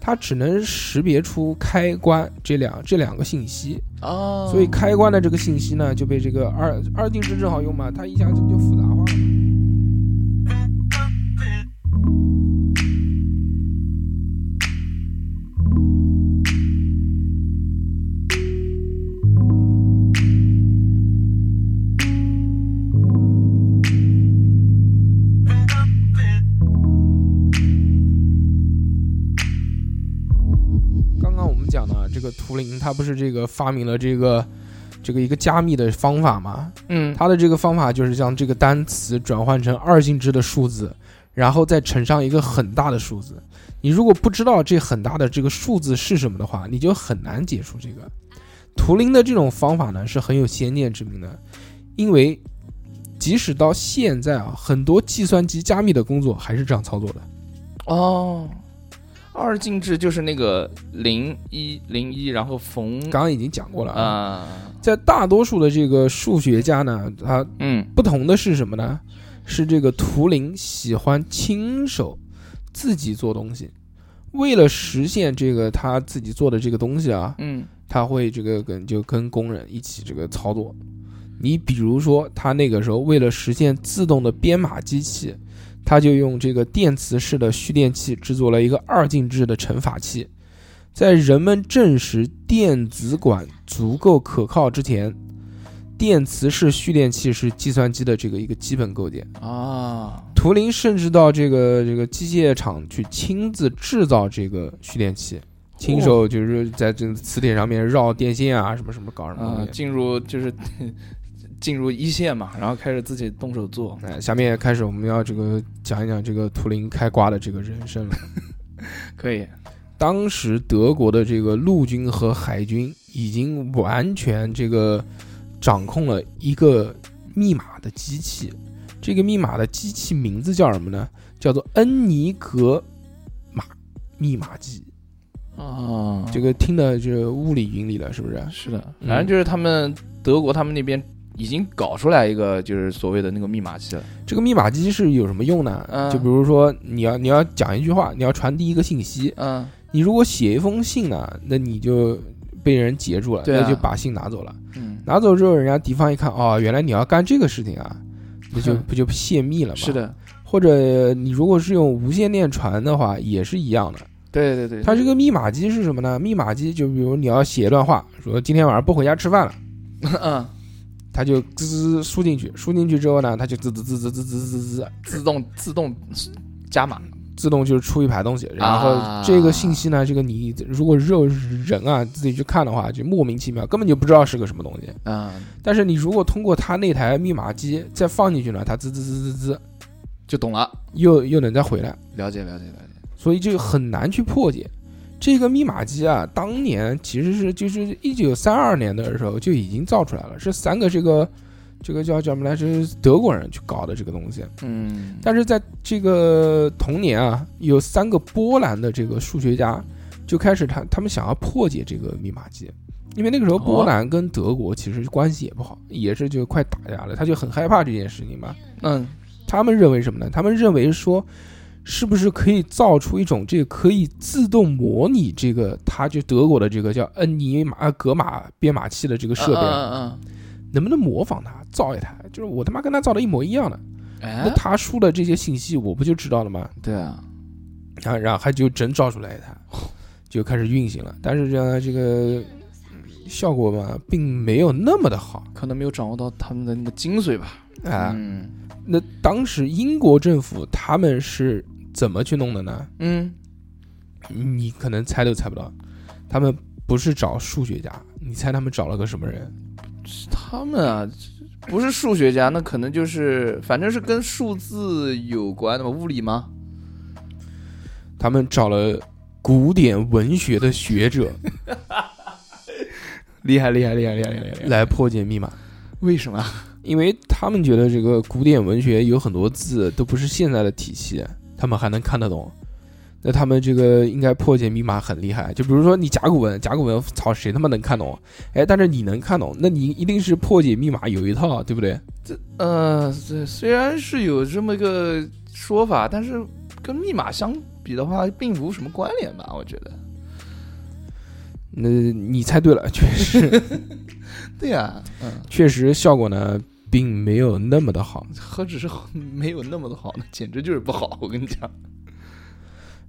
S1: 它只能识别出开关这两这两个信息，
S2: 哦，
S1: 所以开关的这个信息呢就被这个二二进制正好用嘛，它一下子就复杂化了。刚刚我们讲的这个图灵，他不是这个发明了这个这个一个加密的方法吗？
S2: 嗯，
S1: 他的这个方法就是将这个单词转换成二进制的数字，然后再乘上一个很大的数字。你如果不知道这很大的这个数字是什么的话，你就很难解除这个。图灵的这种方法呢是很有先见之明的，因为即使到现在啊，很多计算机加密的工作还是这样操作的。
S2: 哦，二进制就是那个零一零一，然后逢
S1: 刚刚已经讲过了啊，
S2: 嗯啊，
S1: 在大多数的这个数学家呢，他
S2: 嗯，
S1: 不同的是什么呢？是这个图灵喜欢亲手自己做东西，为了实现这个他自己做的这个东西啊，
S2: 嗯，
S1: 他会这个跟就跟工人一起这个操作。你比如说，他那个时候为了实现自动的编码机器，他就用这个电磁式的蓄电器制作了一个二进制的乘法器。在人们证实电子管足够可靠之前，电磁式蓄电器是计算机的这个一个基本构件。
S2: 啊，
S1: 图灵甚至到这个这个机械厂去亲自制造这个蓄电器，亲手就是在这磁铁上面绕电线啊，什么什么搞什么
S2: 啊
S1: 东，西。
S2: 进入就是 *laughs* 进入一线嘛，然后开始自己动手做。
S1: 哎，下面开始我们要这个讲一讲这个图灵开挂的这个人生了。
S2: 可以，
S1: 当时德国的这个陆军和海军已经完全这个掌控了一个密码的机器，这个密码的机器名字叫什么呢？叫做恩尼格玛密码机。
S2: 啊，
S1: 这个听的这雾里云里了，是不是？
S2: 是的，
S1: 嗯
S2: 反正就是他们德国他们那边已经搞出来一个就是所谓的那个密码器了。
S1: 这个密码机是有什么用呢？
S2: 嗯
S1: 就比如说你要你要讲一句话，你要传递一个信息，
S2: 嗯，
S1: 你如果写一封信呢，那你就被人截住了，
S2: 对啊
S1: 那就把信拿走了。
S2: 嗯，
S1: 拿走之后，人家敌方一看，哦，原来你要干这个事情啊，那就
S2: *laughs* 哼
S1: 不就泄密了吗？
S2: 是。的，
S1: 或者你如果是用无线电传的话，也是一样的。
S2: 对对对，
S1: 它这个密码机是什么呢？密码机就比如你要写一段话，说今天晚上不回家吃饭了。
S2: 嗯
S1: 它就滋输进去，输进去之后呢，它就滋滋滋滋滋滋滋滋，
S2: 自动自动加码。
S1: 自动就出一排东西。然后
S2: 啊
S1: 这个信息呢，这个你如果肉人啊自己去看的话，就莫名其妙，根本就不知道是个什么东西。
S2: 嗯，
S1: 但是你如果通过它那台密码机再放进去呢，它滋滋滋滋滋，
S2: 就懂了，
S1: 又又能再回来，
S2: 了解了解了解。
S1: 所以就很难去破解。这个密码机啊，当年其实是就是一九三二年的时候就已经造出来了，是三个这个这个叫叫什么来着？是德国人去搞的这个东西。
S2: 嗯，
S1: 但是在这个同年啊，有三个波兰的这个数学家就开始他他们想要破解这个密码机，因为那个时候波兰跟德国其实关系也不好，也是就快打架了，他就很害怕这件事情嘛。
S2: 嗯
S1: 他们认为什么呢？他们认为说，是不是可以造出一种这个可以自动模拟这个，他就德国的这个叫恩尼马格玛编码器的这个设备啊，
S2: 嗯
S1: 能不能模仿它造一台？就是我他妈跟他造的一模一样的，
S2: 嗯，哎
S1: 那，他输的这些信息我不就知道了吗？
S2: 对啊，
S1: 然后然后还就真造出来一台，就开始运行了。但是呢，这个嗯效果嘛，并没有那么的好
S2: 可能没有掌握到他们的那个精髓吧。
S1: 啊。
S2: 嗯
S1: 那当时英国政府他们是怎么去弄的呢？
S2: 嗯，
S1: 你可能猜都猜不到，他们不是找数学家，你猜他们找了个什么人？
S2: 他们啊，不是数学家，那可能就是反正是跟数字有关的嘛，物理吗？
S1: 他们找了古典文学的学者
S2: 厉害厉害厉害厉害厉害厉害！
S1: 来破解密码。
S2: 为什么？
S1: 因为他们觉得这个古典文学有很多字都不是现在的体系，他们还能看得懂。那他们这个应该破解密码很厉害，就比如说你甲骨文，甲骨文操谁他妈能看懂？哎，但是你能看懂，那你一定是破解密码有一套，对不对？
S2: 呃，这虽然是有这么个说法，但是跟密码相比的话，并无什么关联吧？我觉得。
S1: 那你猜对了，确实
S2: 对呀、嗯，
S1: 确实效果呢并没有那么的好。
S2: 何止是没有那么的好呢，简直就是不好。我跟你讲，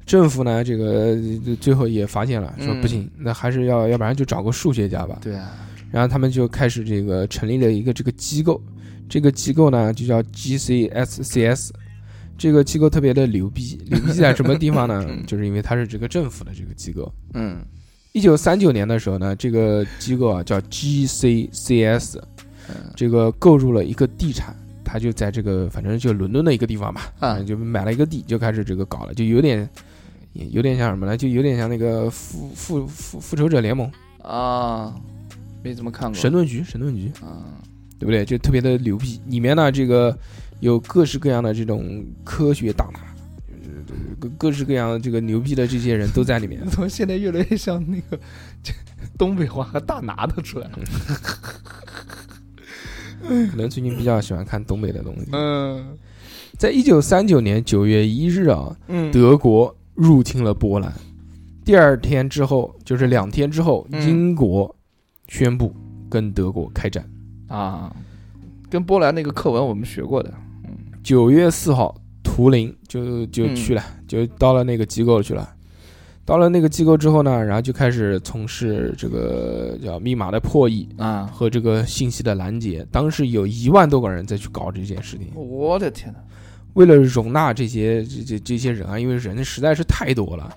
S1: 政府呢这个最后也发现了，说
S2: 嗯
S1: 不行，那还是要要不然就找个数学家吧。
S2: 对啊，
S1: 然后他们就开始这个成立了一个这个机构，这个机构呢就叫 GCSCS，这个机构特别的牛逼，牛逼在什么地
S2: *laughs*
S1: 方呢？就是因为它是这个政府的这个机构。
S2: 嗯，
S1: 一九三九年的时候呢，这个机构啊叫 GCCS，
S2: 嗯
S1: 这个购入了一个地产，他就在这个反正就伦敦的一个地方吧，
S2: 啊
S1: 反正就买了一个地，就开始这个搞了，就有点。也有点像什么呢？就有点像那个复复复复仇者联盟，
S2: 啊，没怎么看过。
S1: 神盾局，神盾局，
S2: 啊，
S1: 对不对？就特别的牛逼。里面呢，这个有各式各样的这种科学大拿，就是呃各各式各样的这个牛逼的这些人都在里
S2: *laughs*
S1: 面。
S2: 怎么现在越来越像那个东北话和大拿的出来了？
S1: 可能最近比较喜欢看东北的东西。
S2: 嗯
S1: 在一九三九年九月一日啊，
S2: 嗯，
S1: 德国入侵了波兰。第二天之后，就是两天之后，
S2: 嗯
S1: 英国宣布跟德国开战。
S2: 啊，跟波兰那个课文我们学过的，
S1: 九月四号，图灵就就
S2: 嗯
S1: 去了，就到了那个机构去了。到了那个机构之后呢，然后就开始从事这个叫密码的破译
S2: 啊，
S1: 和这个信息的拦截。当时有一万多个人在去搞这件事情，
S2: 我的天哪，
S1: 为了容纳这些这这这些人啊，因为人实在是太多了，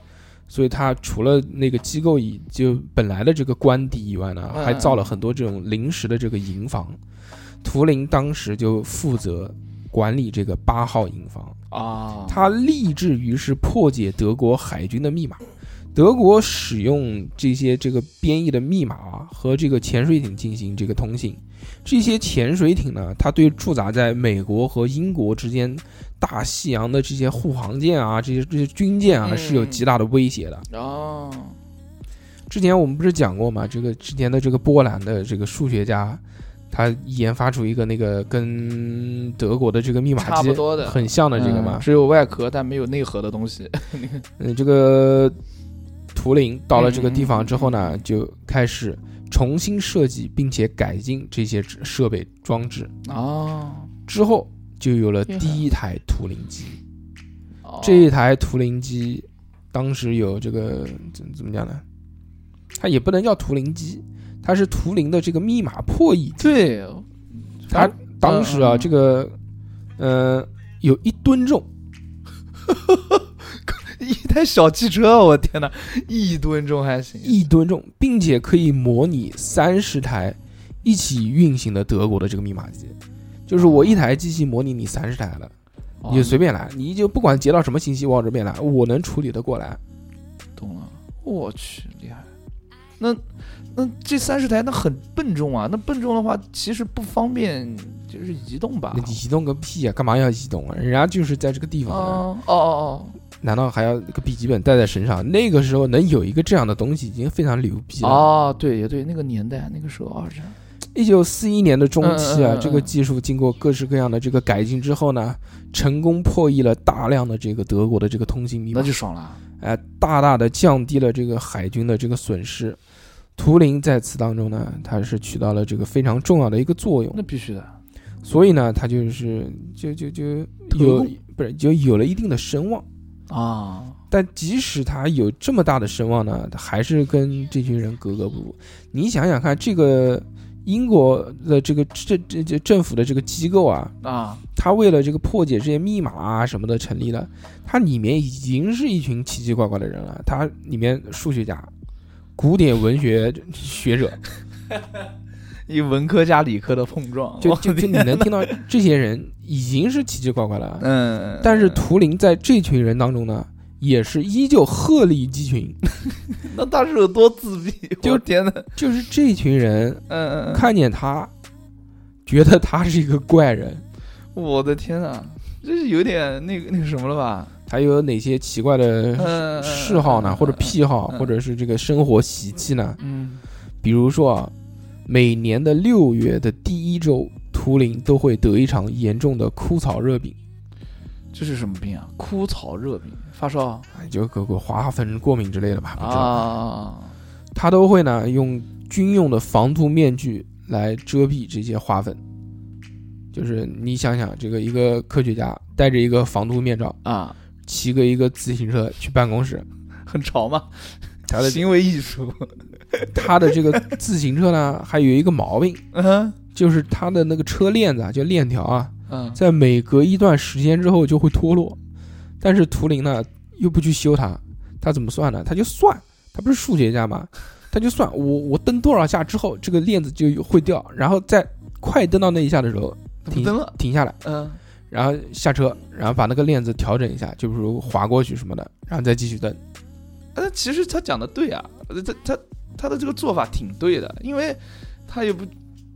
S1: 所以他除了那个机构以就本来的这个官邸以外呢，
S2: 嗯
S1: 还造了很多这种临时的这个营房。图灵当时就负责管理这个八号营房，
S2: 啊，
S1: 他立志于是破解德国海军的密码。德国使用这些这个编译的密码啊，和这个潜水艇进行这个通信。这些潜水艇呢，它对驻扎在美国和英国之间大西洋的这些护航舰啊，这些这些军舰啊，
S2: 嗯
S1: 是有极大的威胁的。
S2: 哦，
S1: 之前我们不是讲过嘛，这个之前的这个波兰的这个数学家，他研发出一个那个跟德国的这个密码
S2: 差
S1: 机
S2: 不多的
S1: 很像的这个嘛，
S2: 嗯只有外壳但没有内核的东西，
S1: 嗯，这个图灵到了这个地方之后
S2: 嗯嗯
S1: 呢，就开始重新设计并且改进这些设备装置，
S2: 哦，
S1: 之后就有了
S2: 厉害
S1: 第一台图灵机。
S2: 哦
S1: 这一台图灵机当时有这个怎怎么讲呢？它也不能叫图灵机，它是图灵的这个密码破译。
S2: 对，
S1: 它当时啊，
S2: 嗯嗯
S1: 这个呃有一吨重，
S2: 一台小汽车，我天哪，一吨重还行，
S1: 一吨重，并且可以模拟三十台一起运行的德国的这个密码机，就是我一台机器模拟你三十台了，
S2: 哦
S1: 你就随便来，你就不管截到什么信息往这边来，我能处理得过
S2: 啊
S1: 来。
S2: 懂了，我去，厉害。那那这三十台那很笨重啊，那笨重的话其实不方便，就是移动吧
S1: 那？你移动啊个屁啊，干嘛要移动啊？人家就是在这个地
S2: 哦
S1: 方呢，
S2: 哦哦
S1: 难道还要个笔记本带在身上？那个时候能有一个这样的东西已经非常牛逼
S2: 哦，
S1: 了。
S2: 哦，对也对，那个年代那个时候二战，
S1: 一九四一年的中期
S2: 嗯
S1: 啊
S2: 嗯嗯，嗯
S1: 这个技术经过各式各样的这个改进之后呢，成功破译了大量的这个德国的这个通信密码
S2: 那。就爽了。
S1: 哎，大大的降低了这个海军的这个损失。图灵在此当中呢，它是起到了这个非常重要的一个作用，
S2: 那必须的，
S1: 所以呢，它就是就就就
S2: 特
S1: 有
S2: 供
S1: 不是就有了一定的声望。
S2: 啊，
S1: 但即使他有这么大的声望呢，它还是跟这群人格格不入。你想想看，这个英国的这个政这这政府的这个机构啊，
S2: 啊，
S1: 它为了这个破解这些密码啊什么的成立了，它里面已经是一群奇奇怪怪的人了。它里面数学家、古典文学学者，
S2: 一文科加理科的碰撞，
S1: 就
S2: 我
S1: 就就你能听到这些人已经是奇奇怪怪
S2: *laughs*
S1: 了。
S2: 嗯，
S1: 但是图灵在这群人当中呢，也是依旧鹤立鸡群，
S2: 那当时有多自闭，
S1: 就
S2: 我天呐，
S1: 就是这群人
S2: 嗯嗯嗯，
S1: 看见他，觉得他是一个怪人。
S2: 我的天呐，这是有点那个那个什么了吧？
S1: 他有哪些奇怪的
S2: 嗯，
S1: 嗜好呢，或者癖好，
S2: 嗯
S1: 或者是这个生活习气呢？
S2: 嗯，
S1: 比如说啊，每年的六月的第一周，图灵都会得一场严重的枯草热病，
S2: 这是什么病啊？枯草热病，发烧
S1: 哎，就个个花粉过敏之类的吧，不知道。
S2: 啊，
S1: 他都会呢用军用的防毒面具来遮蔽这些花粉。就是你想想，这个一个科学家戴着一个防毒面罩，
S2: 啊，
S1: 骑个一个自行车去办公室，
S2: 很潮嘛，
S1: 他的
S2: 行为
S1: *laughs*
S2: 艺术，
S1: 他的这个自行车呢，还有一个毛病，
S2: 嗯
S1: 就是他的那个车链子啊，就链条啊，
S2: 嗯，
S1: 在每隔一段时间之后就会脱落。但是图灵呢又不去修它，他怎么算呢？他就算，他不是数学家吗？他就算我我蹬多少下之后，这个链子就会掉，然后在快蹬到那一下的时候
S2: 不登了，
S1: 停下来，
S2: 嗯，
S1: 然后下车，然后把那个链子调整一下，就比如划过去什么的，然后再继续蹬。
S2: 那其实他讲的对啊，呃他他他的这个做法挺对的，因为他也不，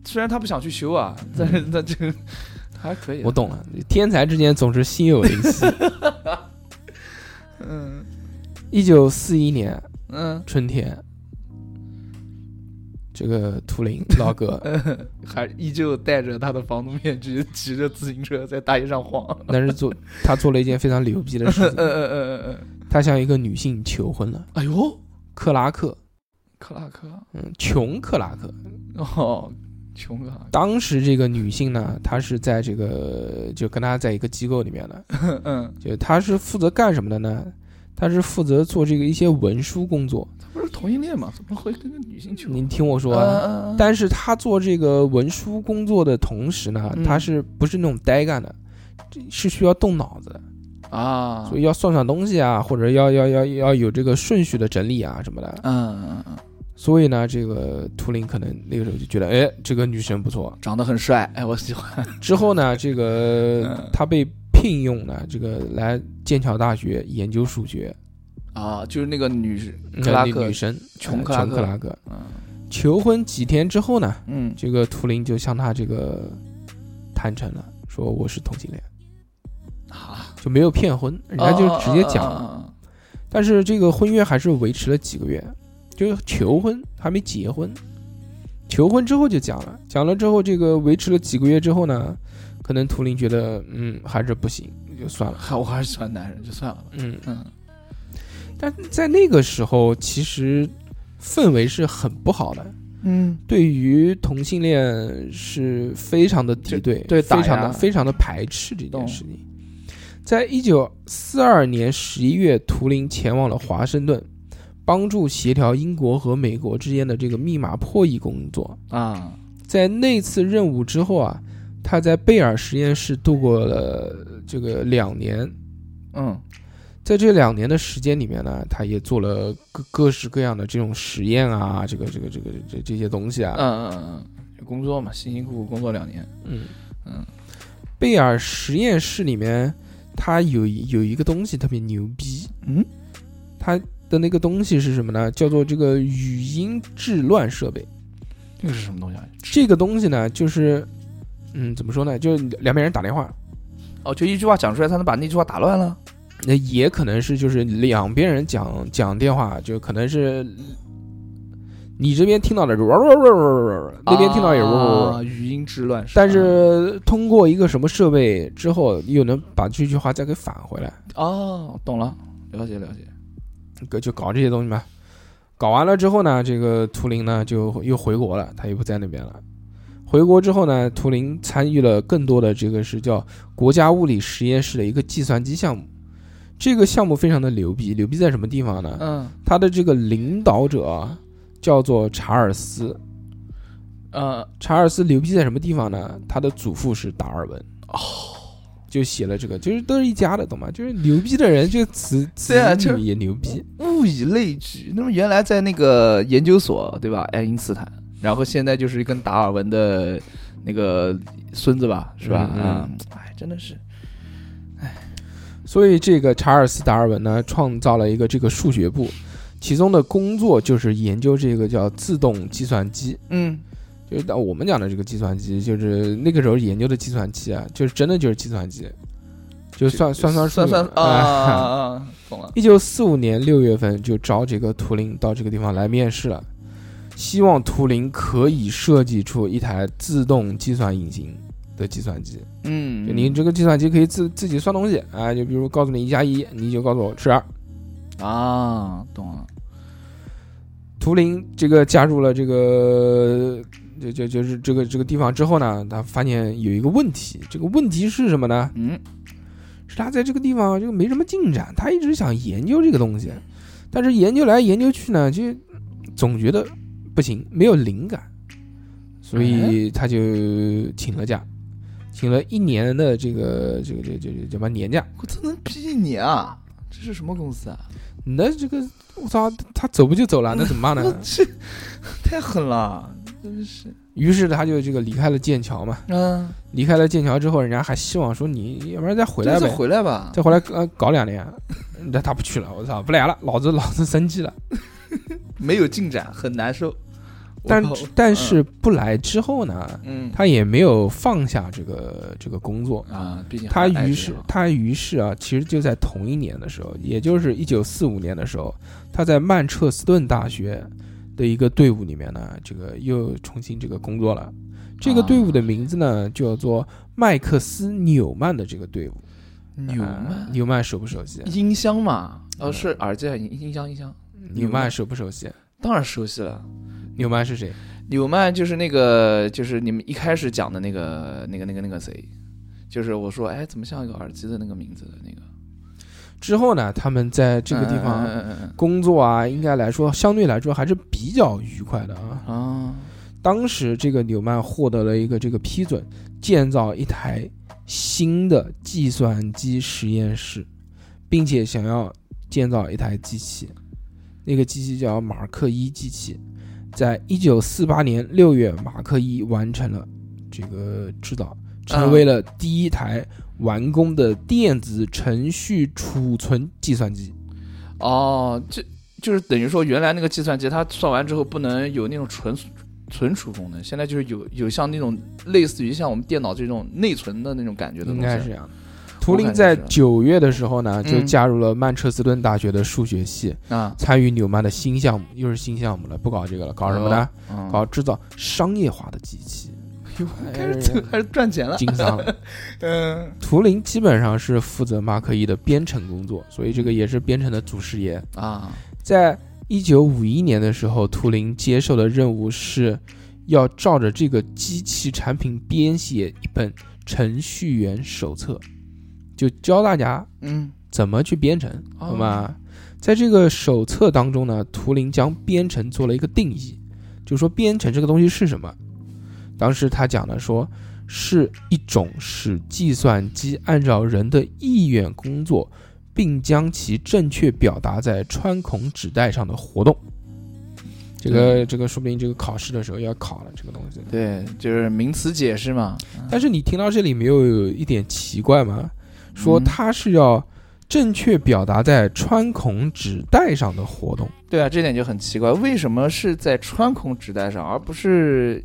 S2: 虽然他不想去修啊，但是他这个还可以，
S1: 嗯
S2: 啊
S1: 我，懂了，天才之间总是心有灵犀。
S2: 嗯
S1: 一九四一年，
S2: 嗯， *laughs*
S1: 春天，这个图灵老哥，
S2: 还依旧戴着他的防毒面具，骑着自行车在大街上
S1: *laughs*
S2: 晃， *laughs*
S1: 但是做他做了一件非常牛逼的事
S2: 嗯嗯
S1: 情，
S2: 嗯嗯嗯，
S1: 他向一个女性求婚了，
S2: 哎呦，
S1: 克拉克，
S2: 克拉克，
S1: 嗯，穷克拉克，
S2: 哦，穷啊，
S1: 当时这个女性呢，她是在这个就跟她在一个机构里面的，
S2: 嗯，
S1: 就她是负责干什么的呢？她是负责做这个一些文书工作。
S2: 他不是同性恋吗？怎么会跟个女性求？
S1: 您听我说啊，
S2: 啊，
S1: 但是她做这个文书工作的同时呢，
S2: 嗯
S1: 她是不是那种呆干的？这是需要动脑子的，
S2: 啊，
S1: 所以要算算东西啊，或者要要要要有这个顺序的整理啊什么的。
S2: 嗯嗯嗯，
S1: 所以呢，这个图灵可能那个时候就觉得，哎，这个女生不错。
S2: 长得很帅，哎，我喜欢，
S1: 之后呢，这个
S2: 嗯
S1: 她被聘用呢，这个来剑桥大学研究数学，
S2: 啊，就是那个女，
S1: 嗯
S2: 克拉
S1: 那
S2: 克
S1: 女生
S2: 穷
S1: 呃
S2: 克拉克
S1: 穷克拉克。
S2: 嗯
S1: 求婚几天之后呢，
S2: 嗯，
S1: 这个图灵就向她这个坦诚了，说我是同性恋。
S2: 啊，
S1: 就没有骗婚，人
S2: 哦
S1: 家就直接讲了。
S2: 了，
S1: 但是这个婚约还是维持了几个月，就是求婚还没结婚，求婚之后就讲了，讲了之后这个维持了几个月之后呢，可能图灵觉得嗯还是不行，就算了。
S2: 还我还是喜欢男人，就算了吧，
S1: 嗯，
S2: 嗯
S1: 但在那个时候其实氛围是很不好的，
S2: 嗯，
S1: 对于同性恋是非常的敌对，
S2: 对对
S1: 非常的
S2: 打压
S1: 非常的排斥这件
S2: 懂
S1: 事情。在一九四二年十一月，图灵前往了华盛顿，帮助协调英国和美国之间的这个密码破译工作。
S2: 啊，
S1: 在那次任务之后啊，他在贝尔实验室度过了这个两年。
S2: 嗯
S1: 在这两年的时间里面呢，他也做了各各式各样的这种实验啊，这个这个这个这这些东西啊，
S2: 嗯嗯嗯嗯，工作嘛，辛辛苦苦工作两年，
S1: 嗯，嗯
S2: 嗯，
S1: 贝尔实验室里面，它有一有一个东西特别牛逼，
S2: 嗯，
S1: 它的那个东西是什么呢？叫做这个语音治乱设备。
S2: 这个是什么东西啊？
S1: 这个东西呢，就是，嗯，怎么说呢？就是两边人打电话，
S2: 哦，就一句话讲出来，他能把那句话打乱了。
S1: 那也可能是就是两边人讲讲电话，就可能是。你这边听到的是，那边听到也是，
S2: 啊语音之乱，
S1: 但是通过一个什么设备之后，又能把这句话再给返回来，
S2: 哦，懂了，了解了解，
S1: 搞就搞这些东西嘛。搞完了之后呢，这个图灵呢就又回国了，他又不在那边了。回国之后呢，图灵参与了更多的这个是叫国家物理实验室的一个计算机项目。这个项目非常的牛逼，牛逼在什么地方呢？
S2: 嗯
S1: 他的这个领导者啊叫做查尔斯。
S2: 呃，
S1: 查尔斯牛逼在什么地方呢？他的祖父是达尔文哦，就写了这个，就是都是一家的，懂吗？就是牛逼的人，就子子
S2: 对啊就
S1: 女
S2: 是
S1: 也牛逼，
S2: 物以类聚。那么原来在那个研究所，对吧？爱因斯坦，然后现在就是跟达尔文的那个孙子吧，是吧？
S1: 嗯
S2: 啊，哎，真的是，
S1: 所以这个查尔斯·达尔文呢，创造了一个这个数学部，其中的工作就是研究这个叫自动计算机。
S2: 嗯
S1: 就是到我们讲的这个计算机，就是那个时候研究的计算机啊，就是真的就是计算机，就算算算
S2: 算
S1: 数 *laughs*
S2: 算
S1: 的
S2: 啊啊，啊，懂了。
S1: 一九四五年六月份就找这个图灵到这个地方来面试了，希望图灵可以设计出一台自动计算引擎的计算机。
S2: 嗯，
S1: 就你这个计算机可以自自己算东西啊，就比如告诉你一加一，你就告诉我是二。
S2: 啊，懂了。
S1: 图灵这个加入了这个就就就是这个这个地方之后呢，他发现有一个问题，这个问题是什么呢？
S2: 嗯，
S1: 是他在这个地方就没什么进展，他一直想研究这个东西，但是研究来研究去呢，就总觉得不行，没有灵感，所以他就请了假，请了一年的这个这个这个这个叫什么年假。
S2: 我真能逼你啊！这是什么公司啊？？
S1: 那这个我操，他走不就走了，那怎么办呢
S2: *laughs* 这太狠了，真是。
S1: 于是他就这个离开了剑桥嘛，
S2: 嗯，
S1: 离开了剑桥之后，人家还希望说你要不然再回来
S2: 这
S1: 呗
S2: 次，回来吧。
S1: 再回来呃搞两年，那他不去了，我操，不来了，老子老子生气了。
S2: 没有进展，很难受。
S1: 但
S2: 我
S1: 但是不来之后呢，
S2: 嗯
S1: 他也没有放下这个这个工作。
S2: 啊，毕竟
S1: 他
S2: 还爱
S1: 于
S2: 这
S1: 是
S2: 行
S1: 他于是啊，其实就在同一年的时候，也就是一九四五年的时候，他在曼彻斯顿大学的一个队伍里面呢，这个又重新这个工作了。这个队伍的名字呢，叫做麦克斯纽曼的这个队伍。
S2: 纽
S1: 呃
S2: 曼嗯
S1: 纽曼熟不熟悉？
S2: 音箱嘛，哦是耳机还是音音箱音箱，
S1: 纽曼熟不熟悉？
S2: 当然熟悉了。
S1: 纽曼是谁？
S2: 纽曼就是那个，就是你们一开始讲的那个、那个、那个、那个谁，就是我说，哎，怎么像一个耳机的那个名字的那个
S1: 之后呢，他们在这个地
S2: 嗯
S1: 方啊
S2: 嗯嗯嗯
S1: 工作啊，应该来说相对来说还是比较愉快的啊。
S2: 嗯啊，
S1: 当时这个纽曼获得了一个这个批准，建造一台新的计算机实验室，并且想要建造一台机器，那个机器叫马克一机器，在一九四八年六月，马克一完成了这个制造，成为了第一台完工的电子程序储存计算机。
S2: 哦，这就是等于说原来那个计算机它算完之后不能有那种存存储功能，现在就是有有像那种类似于像我们电脑这种内存的那种感觉的东
S1: 应
S2: 西。
S1: 该是这样的。啊图灵
S2: 感觉
S1: 在
S2: 是
S1: 九月的时候呢，就
S2: 嗯
S1: 加入了曼彻斯顿大学的数学系，
S2: 啊，
S1: 参与纽曼的新项目，又是新项目了，不搞这个了，搞什么呢？
S2: 嗯
S1: 搞制造商业化的机器，
S2: 哟开始
S1: 哎
S2: 走开始赚钱了。
S1: 经
S2: *laughs*
S1: 商。
S2: 嗯
S1: 图灵基本上是负责马克一的编程工作，所以这个也是编程的祖师爷。
S2: 啊，
S1: 在一九五一年的时候，图灵接受的任务是要照着这个机器产品编写一本程序员手册，就教大家
S2: 嗯，
S1: 怎么去编程，
S2: 哦
S1: 好吗？在这个手册当中呢，图灵将编程做了一个定义，就说编程这个东西是什么。当时他讲的说，是一种使计算机按照人的意愿工作，并将其正确表达在穿孔纸带上的活动。这个这个，说不定这个考试的时候要考了这个东西。
S2: 对，就是名词解释嘛。
S1: 但是你听到这里没有有一点奇怪吗？说
S2: 嗯
S1: 它是要正确表达在穿孔纸带上的活动，
S2: 对啊，这点就很奇怪，为什么是在穿孔纸带上，而不是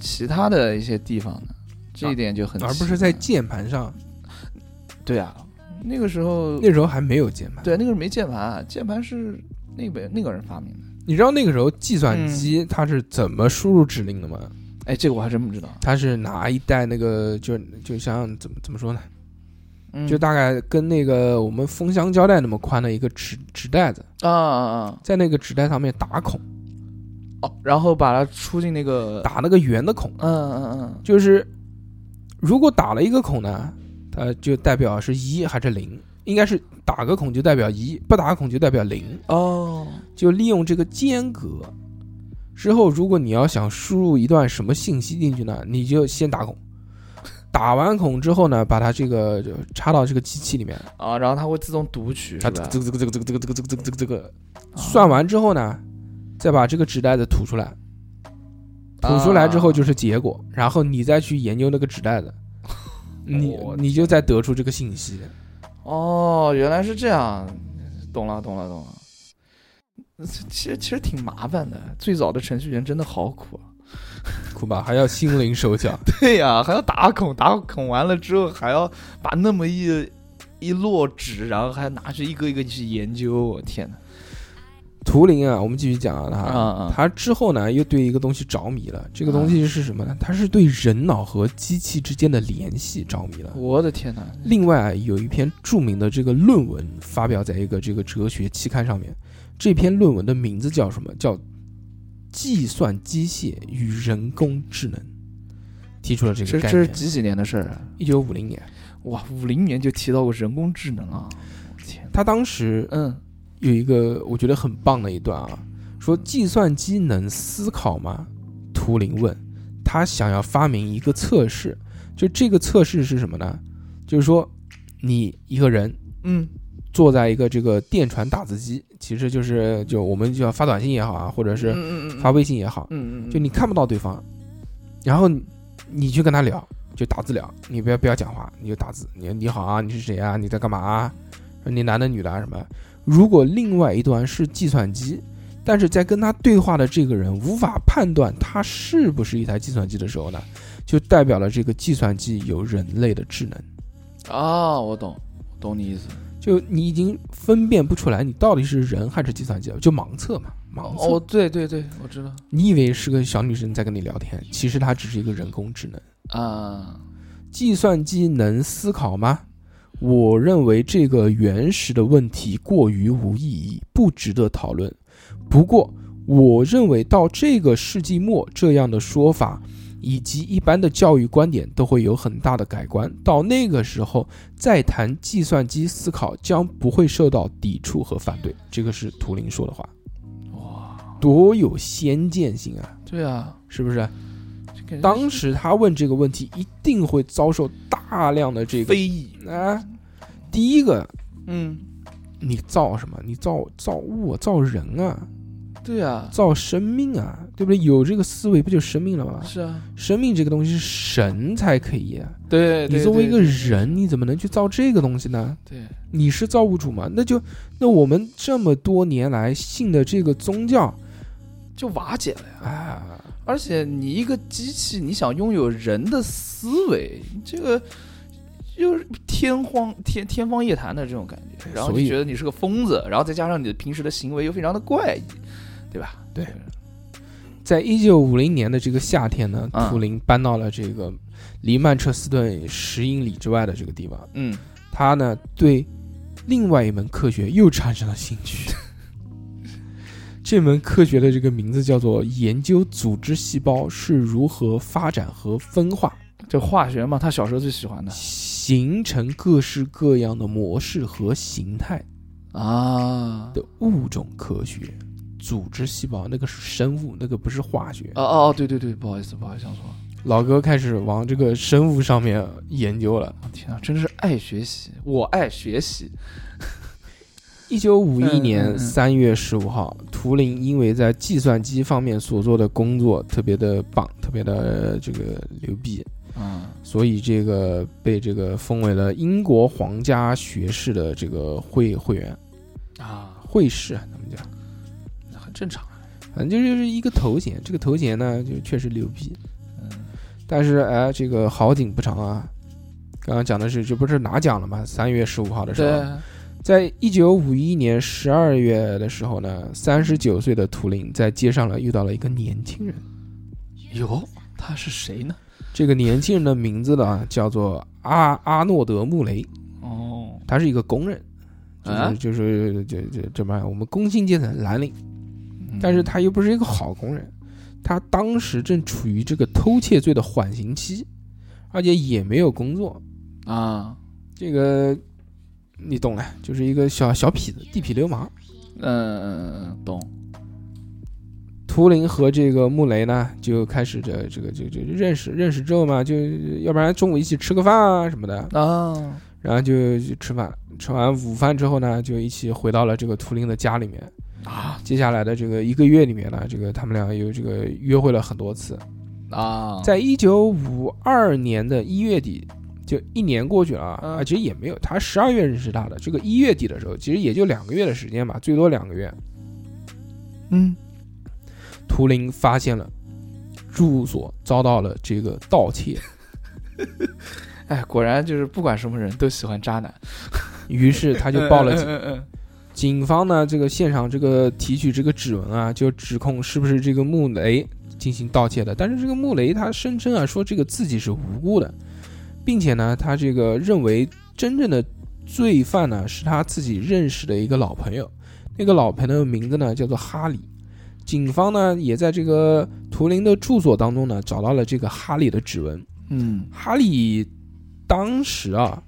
S2: 其他的一些地方呢？这一点就很奇怪，
S1: 啊而不是在键盘上。
S2: 对啊，那个时候
S1: 那时候还没有键盘，
S2: 对那个时候没键盘啊，键盘是那本那个人发明的。
S1: 你知道那个时候计算机它是怎么输入指令的吗？
S2: 哎，这个我还真不知道。
S1: 它是拿一袋那个，就就像怎么怎么说呢？
S2: 嗯
S1: 就大概跟那个我们封箱胶带那么宽的一个纸纸袋子，
S2: 啊啊啊
S1: 在那个纸袋上面打孔，
S2: 哦，然后把它输进那个，
S1: 打那个圆的孔，
S2: 嗯嗯嗯，
S1: 就是如果打了一个孔呢，它就代表是一还是零，应该是打个孔就代表一，不打个孔就代表零，
S2: 哦，
S1: 就利用这个间隔。之后，如果你要想输入一段什么信息进去呢，你就先打孔，打完孔之后呢，把它这个就插到这个机器里面，
S2: 啊，然后它会自动读取，
S1: 它
S2: 是
S1: 这
S2: 吧
S1: 个？这个这个这个这个这个这个这个这个这个
S2: 啊
S1: 算完之后呢，再把这个纸袋子吐出来，
S2: 啊
S1: 吐出来之后就是结果，然后你再去研究那个纸
S2: *laughs*
S1: 袋子，你
S2: 我
S1: 你就再得出这个信息。
S2: 哦，原来是这样，懂了，懂了，懂了。其实其实挺麻烦的，最早的程序员真的好苦啊。
S1: 酷吧，还要心灵手巧，
S2: *laughs* 对呀、还要打孔，打孔完了之后还要把那么一一摞纸，然后还拿去一个一个去研究。我天哪！
S1: 图灵啊，我们继续讲啊，他、
S2: 啊啊
S1: 他之后呢又对一个东西着迷了，这个东西是什么呢？他是对人脑和机器之间的联系着迷了。
S2: 我的天哪！
S1: 另外啊有一篇著名的这个论文发表在一个这个哲学期刊上面，这篇论文的名字叫什么？叫《计算机械与人工智能》，提出了这
S2: 这
S1: 个
S2: 这
S1: 概
S2: 是
S1: 念。
S2: 几几年的事儿啊？
S1: 一九五零年，
S2: 哇，五零年就提到过人工智能啊！我的天，
S1: 他当时
S2: 嗯，
S1: 有一个我觉得很棒的一段啊，说计算机能思考吗？图灵问，他想要发明一个测试，就这个测试是什么呢？就是说你一个人
S2: 嗯
S1: 坐在一个这个电传打字机，其实就是就我们就要发短信也好啊，或者是
S2: 嗯嗯
S1: 发微信也好，啊
S2: 嗯嗯，
S1: 就你看不到对方，然后你你去跟他聊，就打字聊，你不要不要讲话，你就打字，你你好啊，你是谁啊，你在干嘛啊，你男的女的啊什么？如果另外一端是计算机，但是在跟他对话的这个人无法判断他是不是一台计算机的时候呢，就代表了这个计算机有人类的智能，
S2: 啊，我懂，懂你意思。
S1: 就你已经分辨不出来你到底是人还是计算机了，就盲测嘛，盲测。
S2: 哦，对对对，我知道
S1: 你以为是个小女生在跟你聊天，其实她只是一个人工智能。
S2: 啊。
S1: 计算机能思考吗？我认为这个原始的问题过于无意义，不值得讨论。不过，我认为到这个世纪末，这样的说法以及一般的教育观点都会有很大的改观。到那个时候，再谈计算机思考将不会受到抵触和反对。这个是图灵说的话，
S2: 哇，
S1: 多有先见性啊！
S2: 对啊，
S1: 是不是？
S2: 这感觉
S1: 当时他问这个问题，一定会遭受大量的这
S2: 是
S1: 个
S2: 非议，
S1: 啊。第一个，
S2: 嗯，
S1: 你造什么？你造造物啊，造人啊，
S2: 对啊，
S1: 造生命啊，对不对？有这个思维不就生命了吗？
S2: 是啊，
S1: 生命这个东西是神才可以啊。
S2: 对，
S1: 你
S2: 对
S1: 作为一个，
S2: 对
S1: 人，你怎么能去造这个东西呢？
S2: 对，
S1: 你是造物主嘛？那就那我们这么多年来信的这个宗教
S2: 就瓦解了呀。
S1: 啊，
S2: 而且你一个机器，你想拥有人的思维，这个就是天荒天天方夜谭的这种感觉，然后
S1: 所
S2: 就
S1: 以
S2: 觉得你是个疯子，然后再加上你的平时的行为又非常的怪异，对吧？
S1: 对在一九五零年的这个夏天呢，
S2: 嗯
S1: 图灵搬到了这个离曼彻斯顿十英里之外的这个地方，
S2: 嗯，
S1: 他呢对另外一门科学又产生了兴趣。 *laughs* 这门科学的这个名字叫做研究组织细胞是如何发展和分化，
S2: 就化学嘛，他小时候最喜欢的
S1: 形成各式各样的模式和形态
S2: 啊。
S1: 的物种科学。组织细胞那个是生物，那个不是化学。
S2: 哦哦哦，对对对，不好意思，不好意思，想错了。
S1: 老哥开始往这个生物上面研究了。
S2: 我天啊，真是爱学习，我爱学习。
S1: 一九五一
S2: 嗯嗯
S1: 年
S2: 嗯
S1: 三月十五号，图灵因为在计算机方面所做的工作特别的棒，特别的这个牛逼，
S2: 嗯，
S1: 所以这个被这个封为了英国皇家学士的这个会会员
S2: 啊，
S1: 会士，他们讲，
S2: 很正常。
S1: 反正就是一个头衔。这个头衔呢，就确实牛逼，
S2: 嗯，
S1: 但是哎，这个好景不长啊。刚刚讲的是，这不是拿奖了吗？三月十五号的时候，
S2: 对，
S1: 在一九五一年十二月的时候呢，三十九岁的图灵在街上呢遇到了一个年轻人。
S2: 哟，他是谁呢？
S1: 这个年轻人的名字呢叫做阿阿诺德·穆雷，
S2: 哦，
S1: 他是一个工人，就是、
S2: 啊
S1: 就是这这这么我们工薪阶层蓝领，
S2: 嗯
S1: 但是他又不是一个好工人，他当时正处于这个偷窃罪的缓刑期，而且也没有工作，
S2: 啊，
S1: 这个你懂的，就是一个小小痞子、地痞流氓。
S2: 嗯嗯嗯，懂。
S1: 图灵和这个穆雷呢，就开始这这个就就认识认识之后嘛，就要不然中午一起吃个饭啊什么的，
S2: 啊，
S1: 然后就就吃饭，吃完午饭之后呢，就一起回到了这个图灵的家里面
S2: 啊。
S1: 接下来的这个一个月里面呢，这个他们俩又这个约会了很多次。
S2: 啊，
S1: 在一九五二年的一月底，就一年过去了
S2: 嗯
S1: 啊，啊其实也没有，他十二月认识他的，这个一月底的时候，其实也就两个月的时间吧，最多两个月。
S2: 嗯，
S1: 图灵发现了住所遭到了这个盗窃，
S2: 哎，果然就是不管什么人都喜欢渣男，
S1: 于是他就报了
S2: *laughs*
S1: 警。
S2: 嗯嗯
S1: 警方呢，这个现场这个提取这个指纹啊，就指控是不是这个穆雷进行盗窃的。但是这个穆雷他声称啊，说这个自己是无辜的，并且呢，他这个认为真正的罪犯呢是他自己认识的一个老朋友，那个老朋友的名字呢叫做哈里。警方呢也在这个图灵的住所当中呢找到了这个哈里的指纹。
S2: 嗯
S1: 哈利当时啊，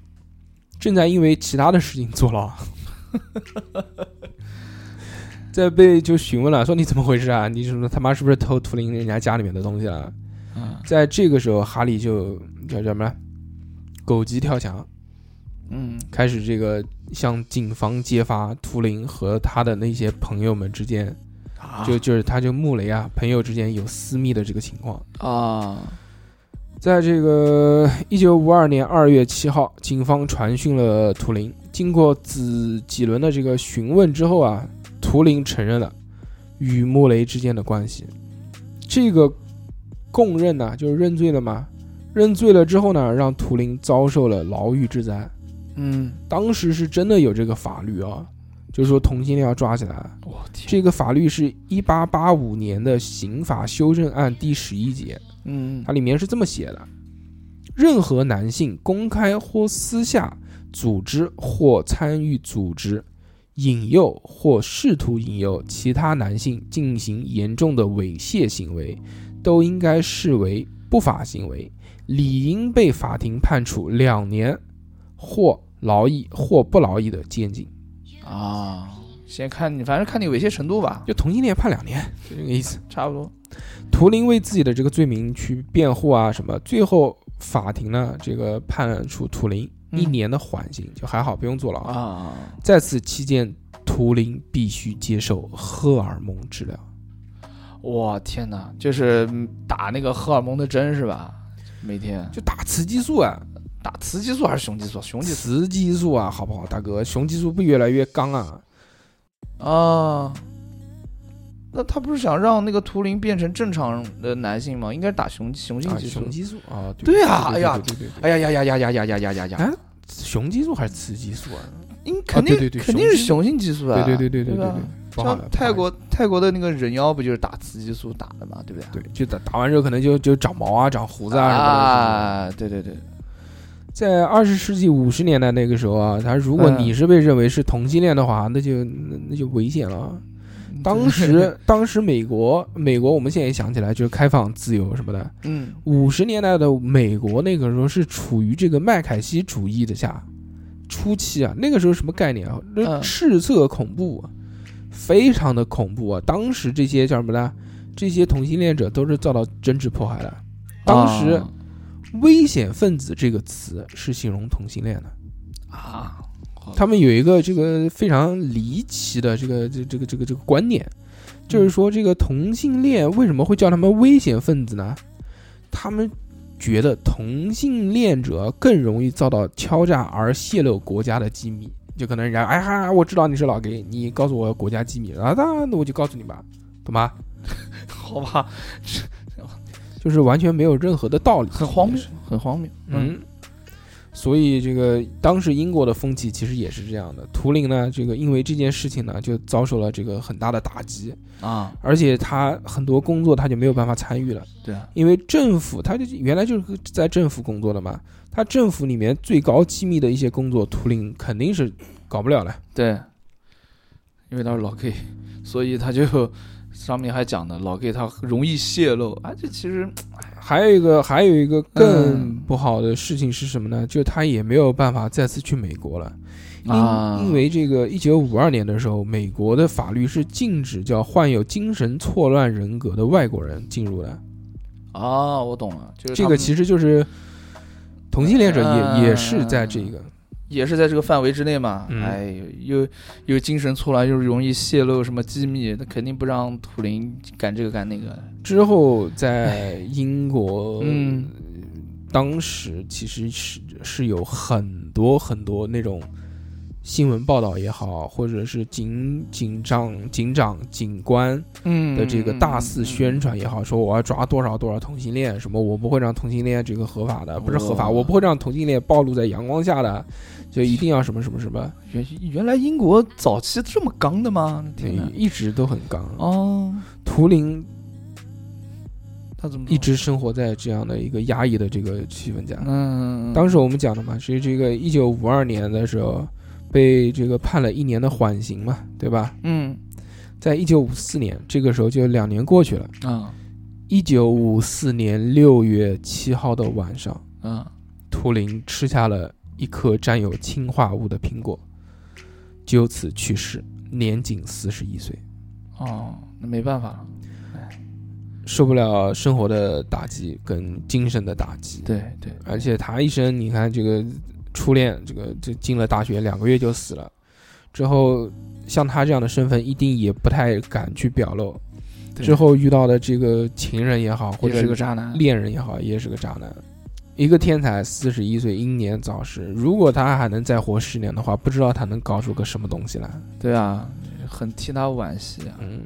S1: 正在因为其他的事情坐牢， *laughs* 在被就询问了，说你怎么回事啊？你什么他妈是不是偷图灵人家家里面的东西了？
S2: 嗯啊
S1: 在这个时候，哈利就叫叫什么？狗急跳墙，
S2: 嗯
S1: 开始这个向警方揭发图灵和他的那些朋友们之间，
S2: 啊
S1: 就就是他就穆雷啊，朋友之间有私密的这个情况。
S2: 啊
S1: 在这个 *laughs* 一九五二年二月七号，警方传讯了图灵。经过几几轮的这个询问之后啊，图灵承认了与莫雷之间的关系。这个供认呢、就是认罪了嘛。认罪了之后呢，让图灵遭受了牢狱之灾。
S2: 嗯，
S1: 当时是真的有这个法律啊，就是说同性恋要抓起来。
S2: 我天，
S1: 这个法律是一八八五年的刑法修正案第十一节。
S2: 嗯
S1: 它里面是这么写的：任何男性公开或私下组织或参与组织，引诱或试图引诱其他男性进行严重的猥亵行为，都应该视为不法行为，理应被法庭判处两年或劳役或不劳役的监禁。
S2: 啊，先看你，反正看你猥亵程度吧，
S1: 就同性恋判两年，就这个意思。
S2: 差不多。
S1: 图灵为自己的这个罪名去辩护啊什么，最后法庭呢这个判处图灵
S2: 嗯
S1: 一年的缓刑，就还好不用坐牢。
S2: 啊，
S1: 在此期间，图灵必须接受荷尔蒙治疗。
S2: 我天哪，就是嗯打那个荷尔蒙的针是吧？每天
S1: 就打雌激素啊，
S2: 打雌激素还是雄激素？雄激素
S1: 雌激素啊，好不好，大哥？雄激素不越来越刚啊？
S2: 啊。那他不是想让那个图灵变成正常的男性吗？应该是打雄雄性
S1: 啊，
S2: 激素。
S1: 雄激素啊，
S2: 对啊哎呀
S1: 对对对对对
S2: 哎呀呀呀呀呀呀呀呀呀
S1: 哎
S2: 呀！
S1: 雄激素还是雌激素啊？
S2: 啊应肯定、
S1: 对对对
S2: 肯定是
S1: 雄
S2: 雄性激素啊！
S1: 对对对对对对
S2: 对吧，
S1: 不好了
S2: 像泰国泰国的那个人妖不就是打雌激素打的嘛，对不对？
S1: 对，就打打完之后可能就就长毛啊、长胡子啊什么的。
S2: 啊，对对对，
S1: 在二十世纪五十年代那个时候啊，他如果
S2: 嗯
S1: 你是被认为是同性恋的话，那就那那就危险了啊。
S2: 嗯
S1: 当时当时美国美国，我们现在也想起来就是开放自由什么的。
S2: 嗯
S1: 五十年代的美国那个时候是处于这个麦凯锡主义的下初期啊，那个时候什么概念啊？那
S2: 嗯
S1: 赤色恐怖啊，非常的恐怖啊！当时这些叫什么呢？这些同性恋者都是遭到政治迫害的。当时
S2: 啊
S1: “危险分子”这个词是形容同性恋的。
S2: 啊，好
S1: 他们有一个这个非常离奇的这个这这个这个这个观念，就是说这个同性恋为什么会叫他们危险分子呢？他们觉得同性恋者更容易遭到敲诈而泄露国家的机密，就可能人家哎哈，我知道你是老 gay，你告诉我国家机密啊，那那我就告诉你吧，懂吗？
S2: 好吧，
S1: 就是完全没有任何的道理，
S2: 很荒谬，很荒谬。
S1: 嗯，所以这个当时英国的风气其实也是这样的。图灵呢，这个因为这件事情呢，就遭受了这个很大的打击，
S2: 啊，
S1: 而且他很多工作他就没有办法参与了，
S2: 对啊，
S1: 因为政府他就原来就是在政府工作的嘛，他政府里面最高机密的一些工作，图灵肯定是搞不了了。
S2: 对，因为他是老 gay，所
S1: 嗯
S2: 以他就上面还讲的老 gay 他容易泄露啊，这其实
S1: 还有一个，还有一个更
S2: 嗯
S1: 不好的事情是什么呢？就他也没有办法再次去美国了。
S2: 啊
S1: 因因为这个，一九五二年的时候，美国的法律是禁止叫患有精神错乱人格的外国人进入的。
S2: 啊，我懂了，就是
S1: 这个其
S2: 实
S1: 实就是同性恋者
S2: 嗯
S1: 也也是在这个，
S2: 也是在这个范围之内嘛。
S1: 嗯
S2: 哎，又又精神错乱，又容易泄露什么机密，那肯定不让图灵干这个干那个。
S1: 之后在英国，
S2: 嗯，
S1: 当时其实是是有很多很多那种新闻报道也好，或者是警警长、警长、警官
S2: 嗯
S1: 的这个大肆宣传也好，说我要抓多少多少同性恋，什么我不会让同性恋这个合法的，不是合法，
S2: 哇
S1: 我不会让同性恋暴露在阳光下的，就一定要什么什么什么，
S2: 原嗯原来英国早期这么刚的吗？
S1: 对
S2: 天哪！
S1: 一直都很刚。
S2: 哦，
S1: 图灵
S2: 他怎么
S1: 一直生活在这样的一个压抑的这个气氛下。
S2: 嗯，
S1: 当时我们讲的嘛，是这个一九五二年的时候被这个判了一年的缓刑嘛，对吧？
S2: 嗯
S1: 在一九五四年，这个时候就两年过去了。
S2: 啊
S1: 一九五四年六月七号的晚上，
S2: 啊
S1: 图灵吃下了一颗沾有氰化物的苹果，就此去世，年仅四十一岁。
S2: 哦，那没办法了，
S1: 受不了生活的打击跟精神的打击，
S2: 对对，
S1: 而且他一生，你看这个初恋，这个这进了大学两个月就死了，之后像他这样的身份，一定也不太敢去表露。
S2: 对
S1: 之后遇到的这个情人也好，或
S2: 也
S1: 者
S2: 是个渣男，
S1: 恋人也好，也是个渣男。一个天才，四十一岁，英年早逝。如果他还能再活十年的话，不知道他能搞出个什么东西来。
S2: 对啊，很替他惋惜啊，
S1: 嗯，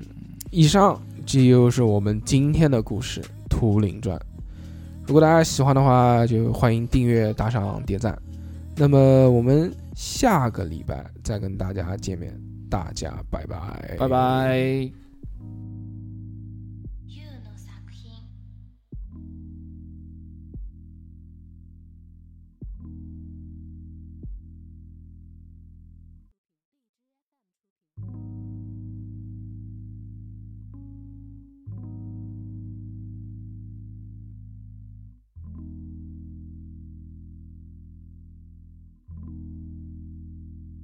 S1: 以上这就是我们今天的故事《图灵传》。如果大家喜欢的话，就欢迎订阅、打赏、点赞。那么我们下个礼拜再跟大家见面，大家拜拜，
S2: 拜。拜。
S3: You の作品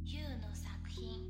S3: 听。